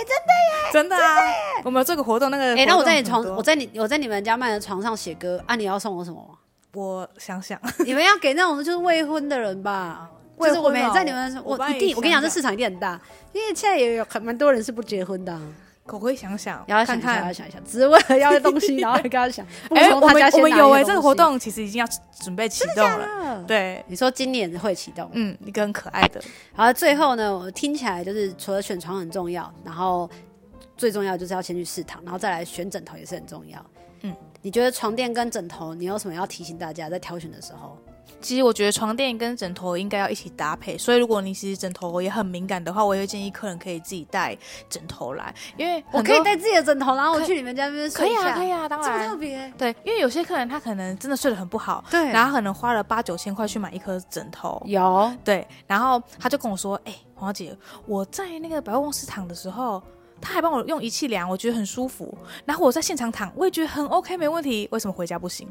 Speaker 2: 真的啊，我们有这个活动那个，
Speaker 1: 哎、那我在你床，我，在你我在你们家卖的床上写歌啊，你要送我什么吗？
Speaker 2: 我想想，
Speaker 1: 你们要给那种就是未婚的人吧。
Speaker 2: 未
Speaker 1: 就
Speaker 2: 婚
Speaker 1: 是我没
Speaker 2: 哦
Speaker 1: 在你们，
Speaker 2: 我
Speaker 1: 我
Speaker 2: 帮
Speaker 1: 一
Speaker 2: 你
Speaker 1: 定，我跟你讲，这
Speaker 2: 想想
Speaker 1: 市场一定很大，因为现在也有很蛮多人是不结婚的啊、
Speaker 2: 我会想想，
Speaker 1: 然后想一下，
Speaker 2: 看
Speaker 1: 要
Speaker 2: 看。
Speaker 1: 想一下，只是为了要东 西，然后还跟他想，不如
Speaker 2: 哎、
Speaker 1: 从
Speaker 2: 我
Speaker 1: 他
Speaker 2: 们
Speaker 1: 家先
Speaker 2: 我们
Speaker 1: 拿
Speaker 2: 有
Speaker 1: 哎、
Speaker 2: 哎、这个活。动其实已经要准备启动了，对，
Speaker 1: 嗯你说今年会启动，
Speaker 2: 嗯，一个很可爱的，
Speaker 1: 然后最后呢，我听起来就是除了选床很重要，然后最重要就是要先去试躺，然后再来选枕头也是很重要。
Speaker 2: 嗯，
Speaker 1: 你觉得床垫跟枕头，你有什么要提醒大家在挑选的时候？
Speaker 2: 其实我觉得床垫跟枕头应该要一起搭配，所以如果你其实枕头也很敏感的话，我也会建议客人可以自己带枕头来，因为
Speaker 1: 我
Speaker 2: 很
Speaker 1: 可以
Speaker 2: 多
Speaker 1: 带自己的枕头，然后我
Speaker 2: 可以
Speaker 1: 去你们家那边
Speaker 2: 可
Speaker 1: 睡一
Speaker 2: 以
Speaker 1: 下，
Speaker 2: 啊，可以啊，当
Speaker 1: 这么特
Speaker 2: 然。
Speaker 1: 别。
Speaker 2: 对，因为有些客人他可能真的睡得很不好，
Speaker 1: 对
Speaker 2: 然后他可能花了八九千块去买一颗枕头，
Speaker 1: 有
Speaker 2: 对，然后他就跟我说：“哎、黄小姐，我在那个百货公司躺的时候，他还帮我用仪器量，我觉得很舒服。然后我在现场躺，我也觉得很 OK，没问题。为什么回家不行？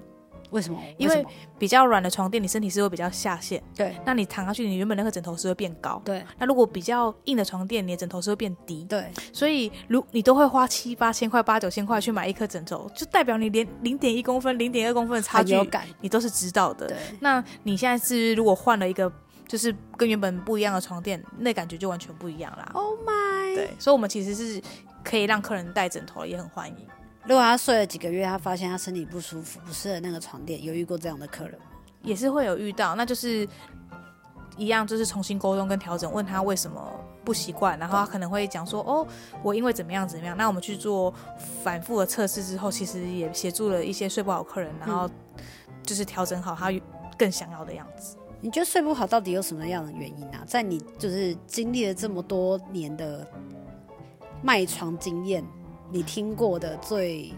Speaker 1: 为什么？
Speaker 2: 因为
Speaker 1: 什么
Speaker 2: 比较软的床垫，你身体是会比较下陷，
Speaker 1: 对
Speaker 2: 那你躺下去，你原本那个枕头是会变高。
Speaker 1: 对
Speaker 2: 那如果比较硬的床垫，你的枕头是会变低。
Speaker 1: 对，
Speaker 2: 所以，如你都会花七八千块、八九千块去买一颗枕头，就代表你连零点一公分、零点二公分的差
Speaker 1: 很
Speaker 2: 距
Speaker 1: 有，感。
Speaker 2: 你都是知道的。
Speaker 1: 对，
Speaker 2: 那你现在是如果换了一个，就是跟原本不一样的床垫，那感觉就完全不一样啦。
Speaker 1: Oh my！
Speaker 2: 对，所以我们其实是可以让客人带枕头，也很欢迎。
Speaker 1: 如果他睡了几个月，他发现他身体不舒服，不适合那个床垫，有遇过这样的客人吗？
Speaker 2: 也是会有遇到，那就是一样，就是重新沟通跟调整，问他为什么不习惯，然后他可能会讲说，哦，我因为怎么样怎么样。那我们去做反复的测试之后，其实也协助了一些睡不好的客人，然
Speaker 1: 嗯
Speaker 2: 后就是调整好他更想要的样子。
Speaker 1: 你觉得睡不好到底有什么样的原因啊？在你就是经历了这么多年的卖床经验，你听过的最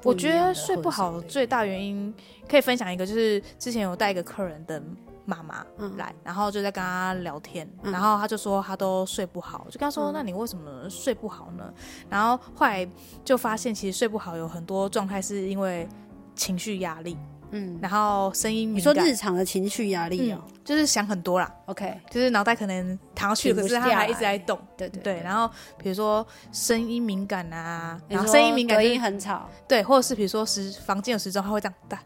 Speaker 1: 不
Speaker 2: 我
Speaker 1: 一
Speaker 2: 觉
Speaker 1: 样
Speaker 2: 得
Speaker 1: 的
Speaker 2: 睡
Speaker 1: 或者
Speaker 2: 不好
Speaker 1: 是
Speaker 2: 最大原因可以分享一个，就是之前有带一个客人的妈妈
Speaker 1: 嗯
Speaker 2: 来，然后就在跟他聊天，
Speaker 1: 嗯
Speaker 2: 然后他就说他都睡不好，我就跟他说、
Speaker 1: 嗯
Speaker 2: 那你为什么睡不好呢？然后后来就发现其实睡不好有很多状态是因为情绪压力，
Speaker 1: 嗯，
Speaker 2: 然后声音
Speaker 1: 你
Speaker 2: 敏
Speaker 1: 说
Speaker 2: 感，嗯
Speaker 1: 日常的情绪压力哦、
Speaker 2: 就是想很多啦，
Speaker 1: OK，
Speaker 2: 就是脑袋可能躺下去，
Speaker 1: 停不
Speaker 2: 可是他
Speaker 1: 下
Speaker 2: 还一直
Speaker 1: 来
Speaker 2: 在动。
Speaker 1: 对对
Speaker 2: 对，然后比如说声音敏感啊，
Speaker 1: 你
Speaker 2: 然后
Speaker 1: 说
Speaker 2: 声音敏感
Speaker 1: 隔
Speaker 2: 就是
Speaker 1: 音很吵。
Speaker 2: 对，或者是比如说时房间有时钟，它会这样哒，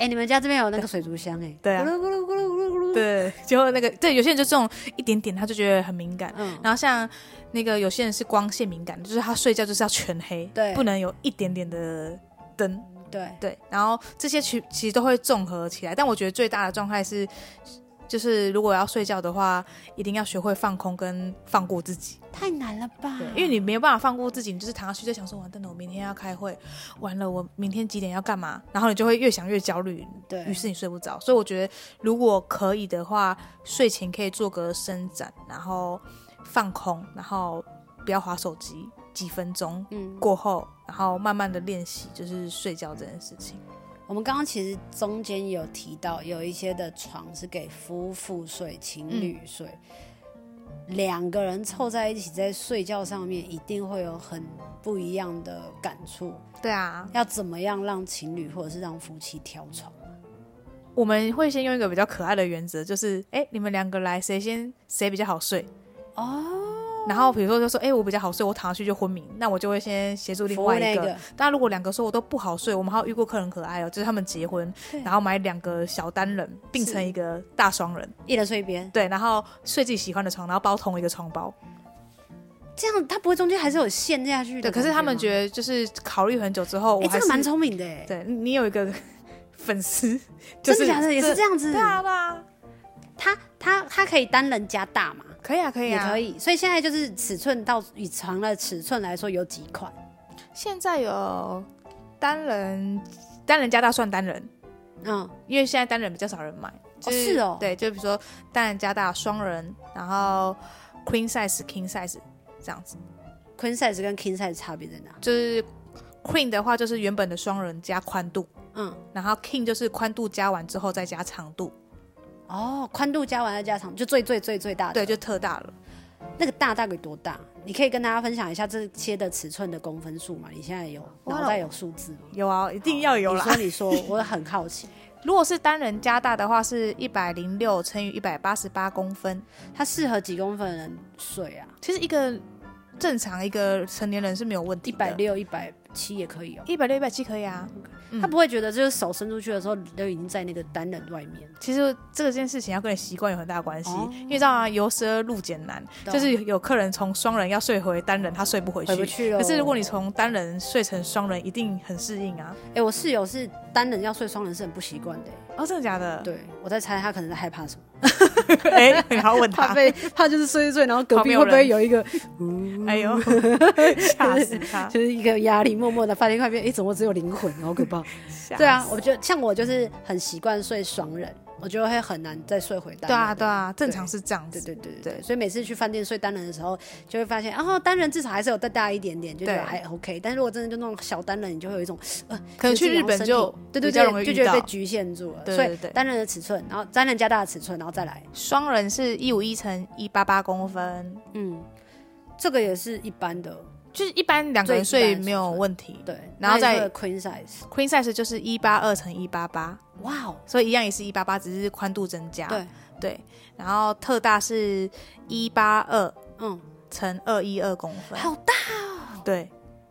Speaker 1: 哎、你们家这边有那个水族箱哎、
Speaker 2: 对啊
Speaker 1: 咕噜咕噜咕噜咕噜咕噜。
Speaker 2: 对，就会那个对，有些人就这种一点点，他就觉得很敏感。
Speaker 1: 嗯，
Speaker 2: 然后像那个有些人是光线敏感，就是他睡觉就是要全黑，
Speaker 1: 对
Speaker 2: 不能有一点点的灯，
Speaker 1: 对，
Speaker 2: 对。然后这些其其实都会综合起来，但我觉得最大的状态是，就是如果要睡觉的话，一定要学会放空跟放过自己。
Speaker 1: 太难了吧
Speaker 2: 对，？因为你没有办法放过自己，你就是躺下去就想说，完蛋了，我明天要开会，完了我明天几点要干嘛，然后你就会越想越焦虑，
Speaker 1: 对
Speaker 2: 于是你睡不着。所以我觉得，如果可以的话，睡前可以做个伸展，然后放空，然后不要划手机，几分钟
Speaker 1: 嗯，
Speaker 2: 过后，然后慢慢的练习就是睡觉这件事情。
Speaker 1: 我们刚刚其实中间有提到，有一些的床是给夫妇睡、情侣
Speaker 2: 嗯
Speaker 1: 睡，两个人凑在一起在睡觉上面，一定会有很不一样的感触。
Speaker 2: 对啊，
Speaker 1: 要怎么样让情侣或者是让夫妻挑床？
Speaker 2: 我们会先用一个比较可爱的原则，就是哎，诶你们两个来，谁先谁比较好睡。
Speaker 1: 哦，
Speaker 2: 然后比如说就说，哎、我比较好睡，我躺下去就昏迷，那我就会先协助另
Speaker 1: 服务
Speaker 2: 外一
Speaker 1: 那
Speaker 2: 个。
Speaker 1: 个
Speaker 2: 但如果两个说我都不好睡，我们还有遇过客人可爱哦，就是他们结婚
Speaker 1: 对，
Speaker 2: 然后买两个小单人并成一个大双人，
Speaker 1: 一人睡一边，
Speaker 2: 对，然后睡自己喜欢的床，然后包同一个床包。
Speaker 1: 这样他不会中间还是有陷下去的
Speaker 2: 对，
Speaker 1: 感吗。
Speaker 2: 可是他们觉得就是考虑很久之后，
Speaker 1: 哎、
Speaker 2: 我
Speaker 1: 这
Speaker 2: 还是、
Speaker 1: 个蛮聪明的哎、
Speaker 2: 对你你有一个 粉 丝，就是
Speaker 1: 真的假的也是这
Speaker 2: 样。
Speaker 1: 样子。
Speaker 2: 对啊，对啊，
Speaker 1: 他他他可以单人加大嘛，
Speaker 2: 可以啊，可以
Speaker 1: 也
Speaker 2: 啊，
Speaker 1: 可以。所以现在就是尺寸到以床的尺寸来说有几款？
Speaker 2: 现在有单人单人加大算单人，
Speaker 1: 嗯，
Speaker 2: 因为现在单人比较少人买。就是
Speaker 1: 哦
Speaker 2: 对，就比如说单人加大双人，然后 queen size、king size 这样子。
Speaker 1: queen size 跟 king size 差别在哪？
Speaker 2: 就是 queen 的话，就是原本的双人加宽度，
Speaker 1: 嗯，
Speaker 2: 然后 king 就是宽度加完之后再加长度，
Speaker 1: 哦，宽度加完再加长，就最最最最大的。
Speaker 2: 对，就特大了。
Speaker 1: 那个大大概多大？你可以跟大家分享一下这些的尺寸的公分数嘛？你现在有
Speaker 2: 哇
Speaker 1: 脑袋有数字吗？
Speaker 2: 有啊，一定要有
Speaker 1: 哦你
Speaker 2: 啦。
Speaker 1: 说你说，我很好奇，
Speaker 2: 如果是单人加大的话，是一百零六乘以一百八十八公分。
Speaker 1: 它适合几公分的人睡啊？
Speaker 2: 其实一个正常一个成年人是没有问
Speaker 1: 一
Speaker 2: 题的，
Speaker 1: 百六、一百七也可以哦。
Speaker 2: 一百六、一百七可以啊。嗯
Speaker 1: 他不会觉得就是手伸出去的时候都已经在那个单人外面。
Speaker 2: 其实这件事情要跟你习惯有很大关系，
Speaker 1: 哦
Speaker 2: 因为知道啊，由奢入俭难，
Speaker 1: 懂
Speaker 2: 就是有客人从双人要睡回单人，他睡不回去。
Speaker 1: 回不去了。
Speaker 2: 可是如果你从单人睡成双人，一定很适应啊。
Speaker 1: 哎、我室友是单人要睡双人是很不习惯的、
Speaker 2: 哦，真的假的？
Speaker 1: 对，我在猜他可能在害怕什么，
Speaker 2: 哎、你还要问 他？
Speaker 1: 被怕就是睡一睡，然后隔
Speaker 2: 旁边有人
Speaker 1: 有一个
Speaker 2: 哎呦，吓死他！
Speaker 1: 就是一个压力，默默的发现外面，哎、怎么只有灵魂，好可怕。
Speaker 2: 吓死
Speaker 1: 对啊，我觉得像我就是很习惯睡双人，我觉得会很难再睡回单人。
Speaker 2: 对啊，对啊，正常是这样
Speaker 1: 对
Speaker 2: 子。
Speaker 1: 对对对对，
Speaker 2: 对
Speaker 1: 所以每次去饭店睡单人的时候，就会发现，哦，单人至少还是有再大一点点，就觉得
Speaker 2: 对
Speaker 1: 还 OK。但如果真的就那种小单人，你就会有一种
Speaker 2: 可能去日本就
Speaker 1: 对
Speaker 2: 比
Speaker 1: 对
Speaker 2: 较
Speaker 1: 对，
Speaker 2: 容易
Speaker 1: 就
Speaker 2: 遇
Speaker 1: 觉得
Speaker 2: 到
Speaker 1: 被。局限住了。
Speaker 2: 对
Speaker 1: 所
Speaker 2: 对
Speaker 1: 以
Speaker 2: 对
Speaker 1: 单人的尺寸，然后单人加大的尺寸，然后再来，
Speaker 2: 双人是一五一乘一八八公分，
Speaker 1: 嗯，这个也是一般的，
Speaker 2: 就是一般两个人
Speaker 1: 最一
Speaker 2: 睡
Speaker 1: 般的
Speaker 2: 没有问题。
Speaker 1: 对。
Speaker 2: 然后再
Speaker 1: 那也会有 queen size，
Speaker 2: Queen size 就是一八二乘一八八，
Speaker 1: 哇哦，
Speaker 2: 所以一样也是一八八，只是宽度增加。
Speaker 1: 对，
Speaker 2: 对，然后特大是一八二
Speaker 1: 嗯，
Speaker 2: 乘二一二公分，
Speaker 1: 好大，
Speaker 2: 对。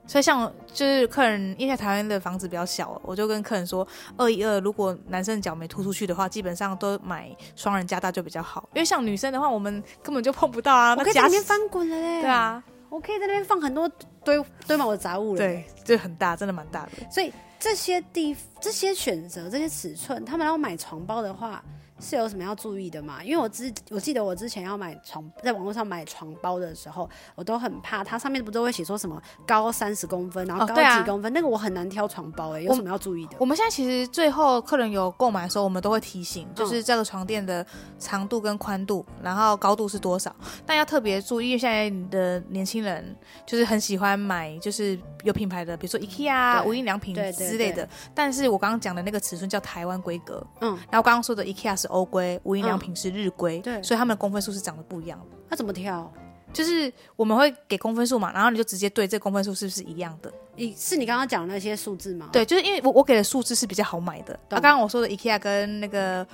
Speaker 2: 所以像我就是客人，因为台湾的房子比较小，我就跟客人说，二一二如果男生脚没凸出去的话，基本上都买双人加大就比较好。因为像女生的话，我们根本就碰不到啊，
Speaker 1: 我
Speaker 2: 那
Speaker 1: 可以在
Speaker 2: 夹
Speaker 1: 里面翻滚了嘞，
Speaker 2: 对，啊，
Speaker 1: 我可以在那边放很多堆堆满我的杂物了，，
Speaker 2: 对，就很大，真的蛮大的。
Speaker 1: 所以这些地这些选择这些尺寸，他们要买床包的话。是有什么要注意的吗？因为我之我记得我之前要买床，在网络上买床包的时候，我都很怕它上面不都会写说什么高三十公分，然后
Speaker 2: 哦
Speaker 1: 高
Speaker 2: 对啊
Speaker 1: 几公分，那个我很难挑床包哎、有什么要注意的？
Speaker 2: 我们现在其实最后客人有购买的时候，我们都会提
Speaker 1: 嗯
Speaker 2: 醒，就是这个床垫的长度跟宽度，然后高度是多少。但要特别注意，因为现在的年轻人就是很喜欢买，就是有品牌的，比如说 IKEA、
Speaker 1: 对
Speaker 2: 无印良品
Speaker 1: 对对
Speaker 2: 之类
Speaker 1: 对
Speaker 2: 的。但是我刚刚讲的那个尺寸叫台湾规格，
Speaker 1: 嗯，
Speaker 2: 然后刚刚说的 IKEA 是欧规，无印良品是日规，
Speaker 1: 对
Speaker 2: 所以他们的公分数是长得不一样的。
Speaker 1: 那怎么挑？
Speaker 2: 就是我们会给公分数嘛，然后你就直接对这公分数是不是一样的。
Speaker 1: 你是你刚刚讲的那些数字吗？，
Speaker 2: 对，就是因为我我给的数字是比较好买的。啊，
Speaker 1: 懂
Speaker 2: 刚刚我说的 IKEA 跟那个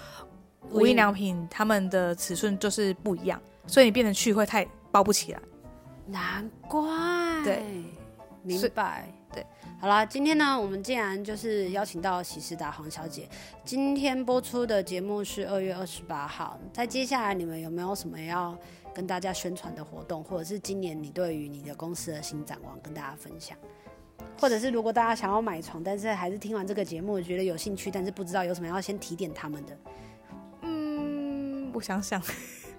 Speaker 1: 无
Speaker 2: 无
Speaker 1: 印
Speaker 2: 印良品，他们的尺寸就是不一样，所以你变成去会太包不起来。
Speaker 1: 难怪。
Speaker 2: 对，
Speaker 1: 明
Speaker 2: 所
Speaker 1: 白。
Speaker 2: 对，
Speaker 1: 好啦，今天呢，我们既然就是邀请到喜事达黄小姐，今天播出的节目是二月二十八号。在接下来，你们有没有什么要跟大家宣传的活动，或者是今年你对于你的公司的新展望跟大家分享？或者是如果大家想要买床，但是还是听完这个节目觉得有兴趣，但是不知道有什么要先提点他们的，
Speaker 2: 嗯，我想想，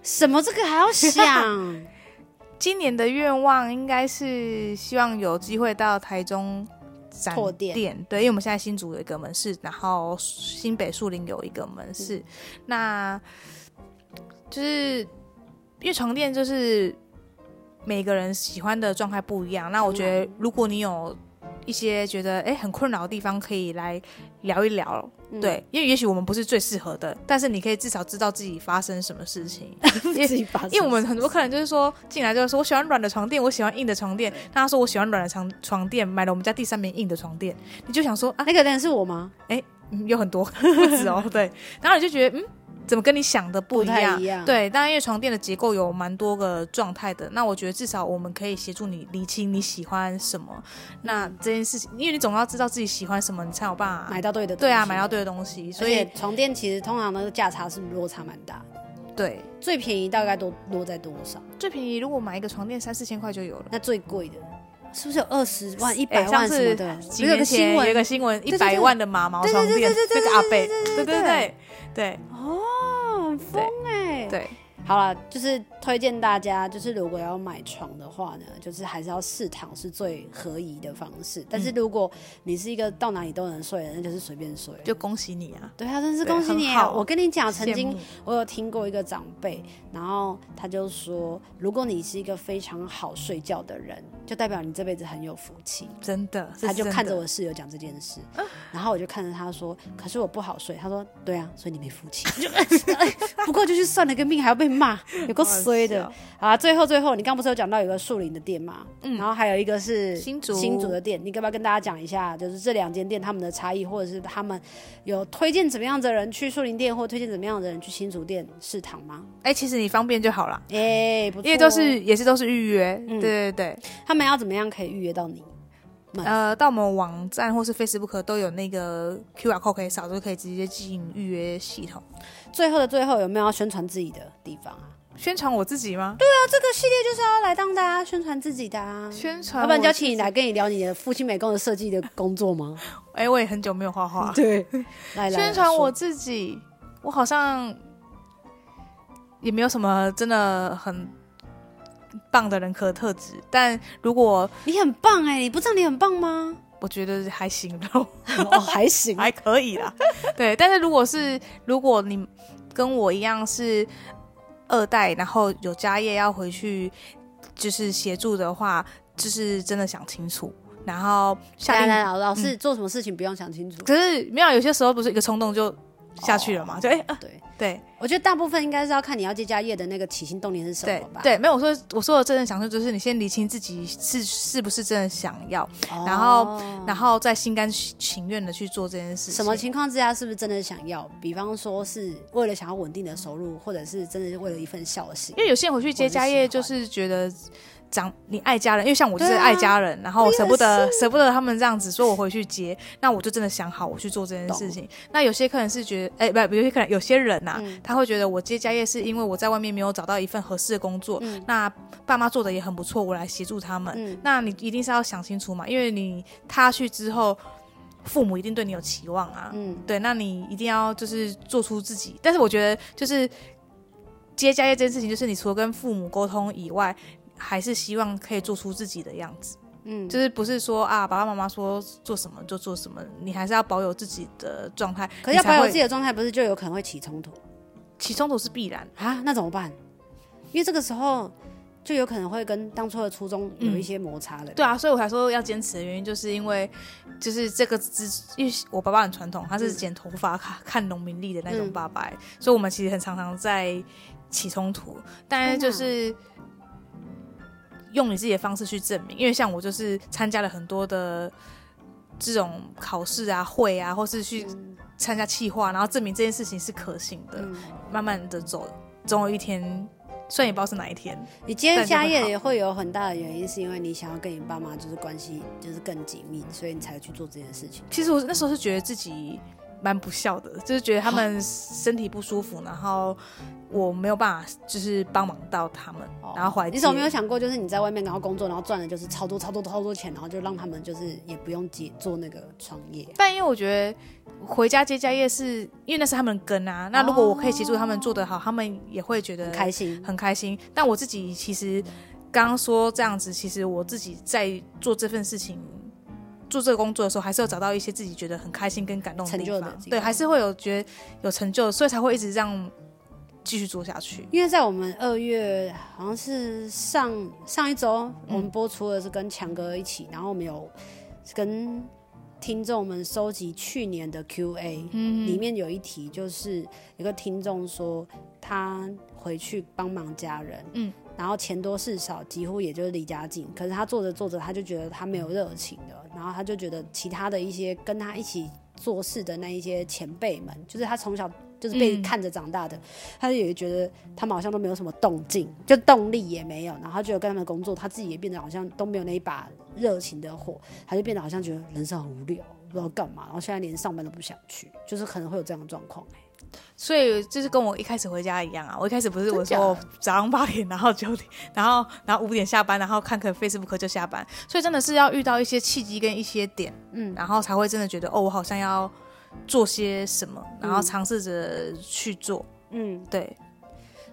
Speaker 1: 什么这个还要想？
Speaker 2: 今年的愿望应该是希望有机会到台中展
Speaker 1: 拓店
Speaker 2: 对，因为我们现在新竹有一个门市，然后新北树林有一个门市，
Speaker 1: 嗯
Speaker 2: 那就是因为床垫就是每个人喜欢的状态不一样，那我觉
Speaker 1: 嗯
Speaker 2: 得如果你有。一些觉得哎、诶很困扰的地方，可以来聊一聊，
Speaker 1: 嗯
Speaker 2: 对，因为也许我们不是最适合的，但是你可以至少知道自己发生什么事情，也
Speaker 1: 自己发生
Speaker 2: 因为我们很多客人就是说进来就是说我喜欢软的床垫，我喜欢硬的床垫。那他说我喜欢软的床床垫，买了我们家第三名硬的床垫，你就想说啊，
Speaker 1: 那个人是我吗？
Speaker 2: 嗯有很多不止哦，对。然后你就觉得嗯，怎么跟你想的不一
Speaker 1: 不太
Speaker 2: 样？
Speaker 1: 一样
Speaker 2: 对，当然因为床垫的结构有蛮多个状态的，那我觉得至少我们可以协助你理清你喜欢什么。那这件事情，因为你总要知道自己喜欢什么，你才有办法
Speaker 1: 买到对的东西，
Speaker 2: 对啊买到对的东西。所
Speaker 1: 而且
Speaker 2: 以
Speaker 1: 床垫其实通常那个价差是落差蛮大，
Speaker 2: 对，
Speaker 1: 最便宜大概都落在多少？
Speaker 2: 最便宜如果买一个床垫三四千块就有了。
Speaker 1: 那最贵的是不是有二十万、一
Speaker 2: 哎
Speaker 1: 百万什
Speaker 2: 上次
Speaker 1: 么的？不是
Speaker 2: 几
Speaker 1: 有个
Speaker 2: 年前
Speaker 1: 新
Speaker 2: 有一
Speaker 1: 闻
Speaker 2: 个新闻，
Speaker 1: 对
Speaker 2: 一
Speaker 1: 对
Speaker 2: 百
Speaker 1: 对
Speaker 2: 万的马毛床垫，那个阿贝，对对对对
Speaker 1: 哦，很疯哎、
Speaker 2: 对，
Speaker 1: 好了，就是推荐大家，就是如果要买床的话呢，就是还是要试躺是最合宜的方式。但是
Speaker 2: 嗯
Speaker 1: 如果你是一个到哪里都能睡的人，那就是随便睡。
Speaker 2: 就恭喜你啊！
Speaker 1: 对啊，真是
Speaker 2: 对
Speaker 1: 恭喜
Speaker 2: 很
Speaker 1: 你！
Speaker 2: 好
Speaker 1: 我跟你讲，曾
Speaker 2: 羡
Speaker 1: 经
Speaker 2: 慕
Speaker 1: 我有听过一个长辈，然后他就说，如果你是一个非常好睡觉的人，就代表你这辈子很有福气。
Speaker 2: 真的，这
Speaker 1: 他
Speaker 2: 是
Speaker 1: 就
Speaker 2: 真
Speaker 1: 看着
Speaker 2: 的
Speaker 1: 我室友讲这件 事，然后我就看着他说：“可是我不好睡。”他说：“对啊，所以你没福 气。” 不过就去算了个命，还要被骂，有够
Speaker 2: 好
Speaker 1: 衰的
Speaker 2: 笑。
Speaker 1: 好啊，最后最后，你刚不是有讲到有个树林的店嘛？然后还有一个是
Speaker 2: 嗯新竹
Speaker 1: 新竹的店，你要不要跟大家讲一下，就是这两间店他们的差异，或者是他们有推荐怎么样的人去树林店，或推荐怎么样的人去新竹店试躺吗？
Speaker 2: 哎、其实你方便就好了，
Speaker 1: 哎、不错哦
Speaker 2: 因为都是也是都是预约，对对对，
Speaker 1: 他们要怎么样可以预约到你？
Speaker 2: 呃，到我们网站或是 Facebook 都有那个 QR code 可以扫，就可以直接进预约系统。
Speaker 1: 最后的最后，有没有要宣传自己的地方啊？
Speaker 2: 宣传我自己吗？
Speaker 1: 这个系列就是要来让大家宣传自己的啊，
Speaker 2: 宣传，
Speaker 1: 要不然就要请你。来跟你聊你的复兴美工的设计的工作 吗？
Speaker 2: 哎、我也很久没有画画，
Speaker 1: 对，来来来
Speaker 2: 宣传我
Speaker 1: 说
Speaker 2: 自己，我好像也没有什么真的很棒的人格特质，但如果
Speaker 1: 你很棒哎、你不知道你很棒吗？
Speaker 2: 我觉得还行喽。
Speaker 1: 哦，还行，
Speaker 2: 还可以啦。对，但是如果是如果你跟我一样是二代，然后有家业要回去，就是协助的话，就是真的想清楚，然后下
Speaker 1: 来
Speaker 2: 定。
Speaker 1: 来老老师、做什么事情不用想清楚，
Speaker 2: 可是没有，有些时候不是一个冲动就下去了嘛？就哎、啊
Speaker 1: 对。
Speaker 2: 对
Speaker 1: 我觉得大部分应该是要看你要接家业的那个起心动念是什
Speaker 2: 对
Speaker 1: 么吧。
Speaker 2: 对，没有。我说我说的真的想清楚，就是你先理清自己是是不是真的想要，
Speaker 1: 哦
Speaker 2: 然后然后再心甘情愿的去做这件事情。
Speaker 1: 什么情况之下是不是真的想要？比方说是为了想要稳定的收入，或者是真的是为了一份孝心
Speaker 2: 因。为有些人回去接家业，
Speaker 1: 我是喜
Speaker 2: 就
Speaker 1: 欢
Speaker 2: 是觉得长你爱家人，因为像我就是
Speaker 1: 对啊
Speaker 2: 爱家人，然后舍不得舍不得他们这样子说我回去接，那我就真的想好我去做这件事情。那有些客人是觉得，哎、不，有些客人有些人呐、他会觉得我接家业是因为我在外面没有找到一份合适的工作，那爸妈做的也很不错，我来协助他们。那你一定是要想清楚嘛，因为你他去之后。父母一定对你有期望啊，
Speaker 1: 嗯，
Speaker 2: 对，那你一定要就是做出自己。但是我觉得就是接家业这件事情，就是你除了跟父母沟通以外，还是希望可以做出自己的样子。
Speaker 1: 嗯，
Speaker 2: 就是不是说啊，爸爸妈妈说做什么就做什么，你还是要保有自己的状态。
Speaker 1: 可是要
Speaker 2: 你才
Speaker 1: 保有
Speaker 2: 会
Speaker 1: 自己的状态，不是就有可能会起冲突？
Speaker 2: 起冲突是必然。
Speaker 1: 啊，那怎么办？因为这个时候就有可能会跟当初的初衷有一些摩擦了。
Speaker 2: 对啊，所以我才说要坚持的原因，就是因为就是这个之，因为我爸爸很传统，他是剪头发看看农民历的那种爸爸、所以我们其实很常常在起冲突，但是就是用你自己的方式去证明，因为像我就是参加了很多的。这种考试啊、会啊，或是去参加企划，然后证明这件事情是可行的，慢慢的走，总有一天，虽然也不知道是哪一天，
Speaker 1: 你今天
Speaker 2: 但就会
Speaker 1: 家业
Speaker 2: 好
Speaker 1: 也会有很大的原因，是因为你想要跟你爸妈就是关系就是更紧密，所以你才去做这件事情。
Speaker 2: 其实我那时候是觉得自己蛮不孝的，就是觉得他
Speaker 1: 哦
Speaker 2: 们身体不舒服，然后我没有办法就是帮忙到他们，
Speaker 1: 哦
Speaker 2: 然后怀
Speaker 1: 你怎么没有想过，就是你在外面然后工作，然后赚的就是超多超多超多钱，然后就让他们就是也不用接做那个创业。
Speaker 2: 但因为我觉得回家接家业是因为那是他们根啊，那如果我可以协助他们做得好，他们也会觉得
Speaker 1: 很开心，
Speaker 2: 呃很开心。但我自己其实刚刚说这样子，其实我自己在做这份事情。做这个工作的时候，还是有找到一些自己觉得很开心跟感动的地
Speaker 1: 成就的
Speaker 2: 方，
Speaker 1: 地
Speaker 2: 对，
Speaker 1: 方
Speaker 2: 还是会有觉得有成就，所以才会一直这样继续做下去。
Speaker 1: 因为在我们二月好像是上上一周，我们播出的是跟强哥一起，然后我们有跟听众们收集去年的 Q&A，、里面有一题就是有个听众说他回去帮忙家人，嗯，然后钱多事少，几乎也就是离家近，可是他做着做着他就觉得他没有热情了，然后他就觉得其他的一些跟他一起做事的那一些前辈们，就是他从小就是被
Speaker 2: 嗯
Speaker 1: 看着长大的，他就也觉得他们好像都没有什么动静，就动力也没有，然后他觉得跟他们工作，他自己也变得好像都没有那一把热情的火，他就变得好像觉得人生很无聊，不知道干嘛，然后现在连上班都不想去，就是可能会有这样的状况、欸。
Speaker 2: 所以就是跟我一开始回家一样啊，我一开始不是
Speaker 1: 真
Speaker 2: 我
Speaker 1: 假
Speaker 2: 说我早上八点，然后九点，然后然后五点下班，然后看个 Facebook 就下班，所以真的是要遇到一些契机跟一些点，
Speaker 1: 嗯
Speaker 2: 然后才会真的觉得哦，我好像要做些什么，然后尝试着去做。
Speaker 1: 嗯，
Speaker 2: 对，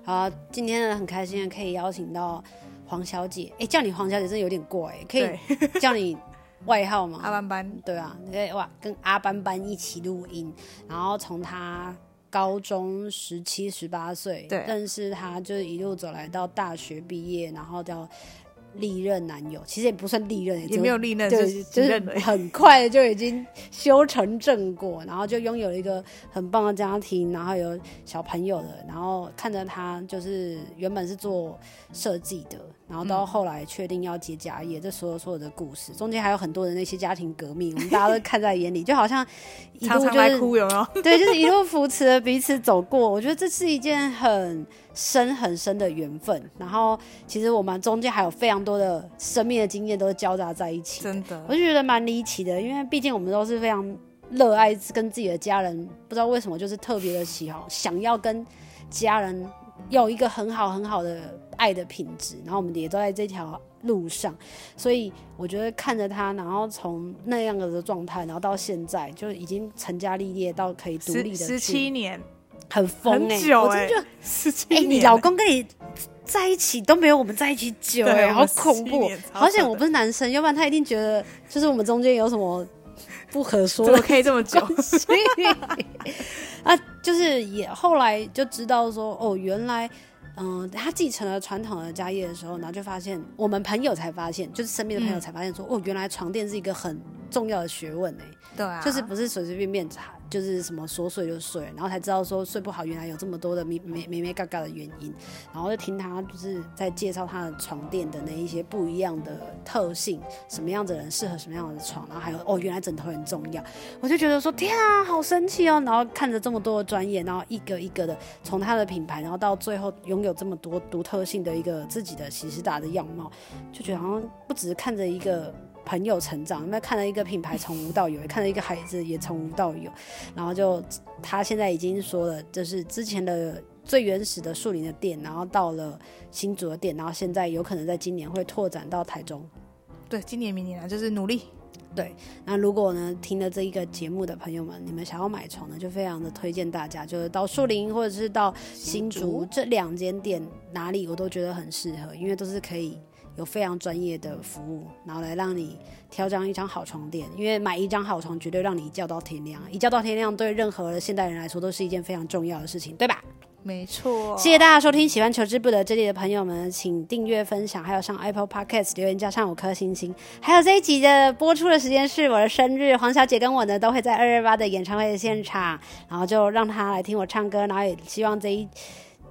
Speaker 1: 好，今天呢很开心可以邀请到黄小姐，哎、叫你黄小姐真的有点过哎、可
Speaker 2: 对，
Speaker 1: 以叫你外号
Speaker 2: 阿
Speaker 1: 吗？
Speaker 2: 班 班，
Speaker 1: 对啊，哎哇，跟阿班班一起录音，然后从她高中十七、十八岁
Speaker 2: 对
Speaker 1: 认识她，就是一路走来到大学毕业，然后到历任男友，其实也不算历任，只
Speaker 2: 也没有历任，就
Speaker 1: 对，
Speaker 2: 是
Speaker 1: 就
Speaker 2: 只
Speaker 1: 是
Speaker 2: 认了。
Speaker 1: 很快就已经修成正果，然后就拥有了一个很棒的家庭，然后有小朋友的，然后看着他就是原本是做设计的，然后
Speaker 2: 嗯
Speaker 1: 到后来确定要接家业，这所有所有的故事中间还有很多的那些家庭革命，我们大家都看在眼里，就好像一
Speaker 2: 常
Speaker 1: 路
Speaker 2: 常
Speaker 1: 就
Speaker 2: 来
Speaker 1: 是
Speaker 2: 哭有没有？
Speaker 1: 对，就是一路扶持了彼此走过。我觉得这是一件很深很深的缘分。然后，其实我们中间还有非常多的生命的经验都是交杂在一起的。
Speaker 2: 真的
Speaker 1: 我，就觉得蛮离奇的，因为毕竟我们都是非常热爱跟自己的家人，不知道为什么就是特别的喜好，想要跟家人有一个很好很好的爱的品质，然后我们也都在这条路上，所以我觉得看着他，然后从那样的状态，然后到现在就已经成家立业到可以独立
Speaker 2: 十
Speaker 1: 的
Speaker 2: 十七年，
Speaker 1: 很疯
Speaker 2: 很
Speaker 1: 哎、
Speaker 2: 久
Speaker 1: 我
Speaker 2: 哎
Speaker 1: 真的觉得，
Speaker 2: 十七
Speaker 1: 哎、
Speaker 2: 年欸，
Speaker 1: 你老公跟你在一起都没有我们在一起久哎、
Speaker 2: 对我
Speaker 1: 好
Speaker 2: 们
Speaker 1: 恐
Speaker 2: 17
Speaker 1: 怖
Speaker 2: 年！超
Speaker 1: 好险
Speaker 2: 扯
Speaker 1: 我
Speaker 2: 的
Speaker 1: 不是男生，要不然他一定觉得就是我们中间有什么不可说
Speaker 2: 怎么
Speaker 1: 的
Speaker 2: 可以这么 久？
Speaker 1: 所以啊，就是也后来就知道说，哦，原来，嗯、他继承了传统的家业的时候，然后就发现，我们朋友才发现，就是身边的朋友才发现说，哦，原来床垫是一个很重要的学问欸呢、
Speaker 2: 对啊，
Speaker 1: 就是不是随随便便查，就是什么说睡就睡，然后才知道说睡不好原来有这么多的没没没没嘎嘎的原因，然后就听他就是在介绍他的床垫的那一些不一样的特性，什么样子的人适合什么样的床，然后还有哦原来枕头很重要，我就觉得说天啊好神奇哦，然后看着这么多的专业，然后一个一个的从他的品牌，然后到最后拥有这么多独特性的一个自己的喜事达的样貌，就觉得好像不只是看着一个朋友成长，那看了一个品牌从无到有，也看了一个孩子也从无到有，然后就他现在已经说了，就是之前的最原始的树林的店，然后到了新竹的店，然后现在有可能在今年会拓展到台中。
Speaker 2: 对，今年明年啊，就是努力。
Speaker 1: 那如果呢听了这一个节目的朋友们，你们想要买床呢，就非常的推荐大家，就是到树林或者是到新竹这两间店，哪里我都觉得很适合，因为都是可以有非常专业的服务，然后来让你挑张一张好床垫。因为买一张好床，绝对让你一觉到天亮，一觉到天亮对任何的现代人来说都是一件非常重要的事情，对吧？
Speaker 2: 没错，
Speaker 1: 谢谢大家收听，喜欢求之不得这里的朋友们，请订阅、分享，还有上 Apple Podcast 留言加上五颗星星。还有这一集的播出的时间是我的生日，黄小姐跟我呢都会在二二八的演唱会的现场，然后就让她来听我唱歌，然后也希望这一。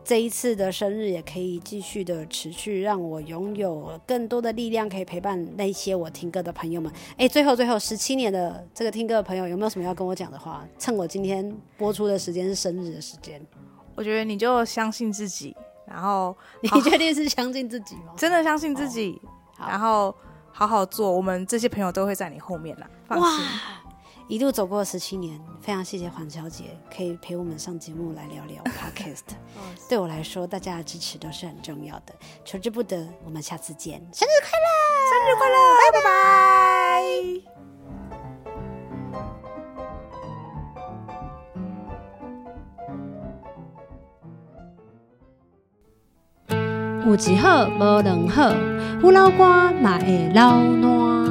Speaker 1: 这一次的生日也可以继续的持续，让我拥有更多的力量，可以陪伴那些我听歌的朋友们。哎，最后最后，十七年的这个听歌的朋友，有没有什么要跟我讲的话？趁我今天播出的时间是生日的时间，
Speaker 2: 我觉得你就相信自己，然后
Speaker 1: 你
Speaker 2: 好
Speaker 1: 确定是相信自己吗？
Speaker 2: 真的相信自己，
Speaker 1: 好
Speaker 2: 然后好好做，我们这些朋友都会在你后面啦，放
Speaker 1: 哇
Speaker 2: 心。，
Speaker 1: 一路走过十七年，非常谢谢黄小姐可以陪我们上节目来聊 聊 podcast。对我来说，大家的支持都是很重要的，求之不得。我们下次见，生日快乐！
Speaker 2: 生日快乐，拜拜。
Speaker 1: 有一好无两好，有老瓜嘛会老烂。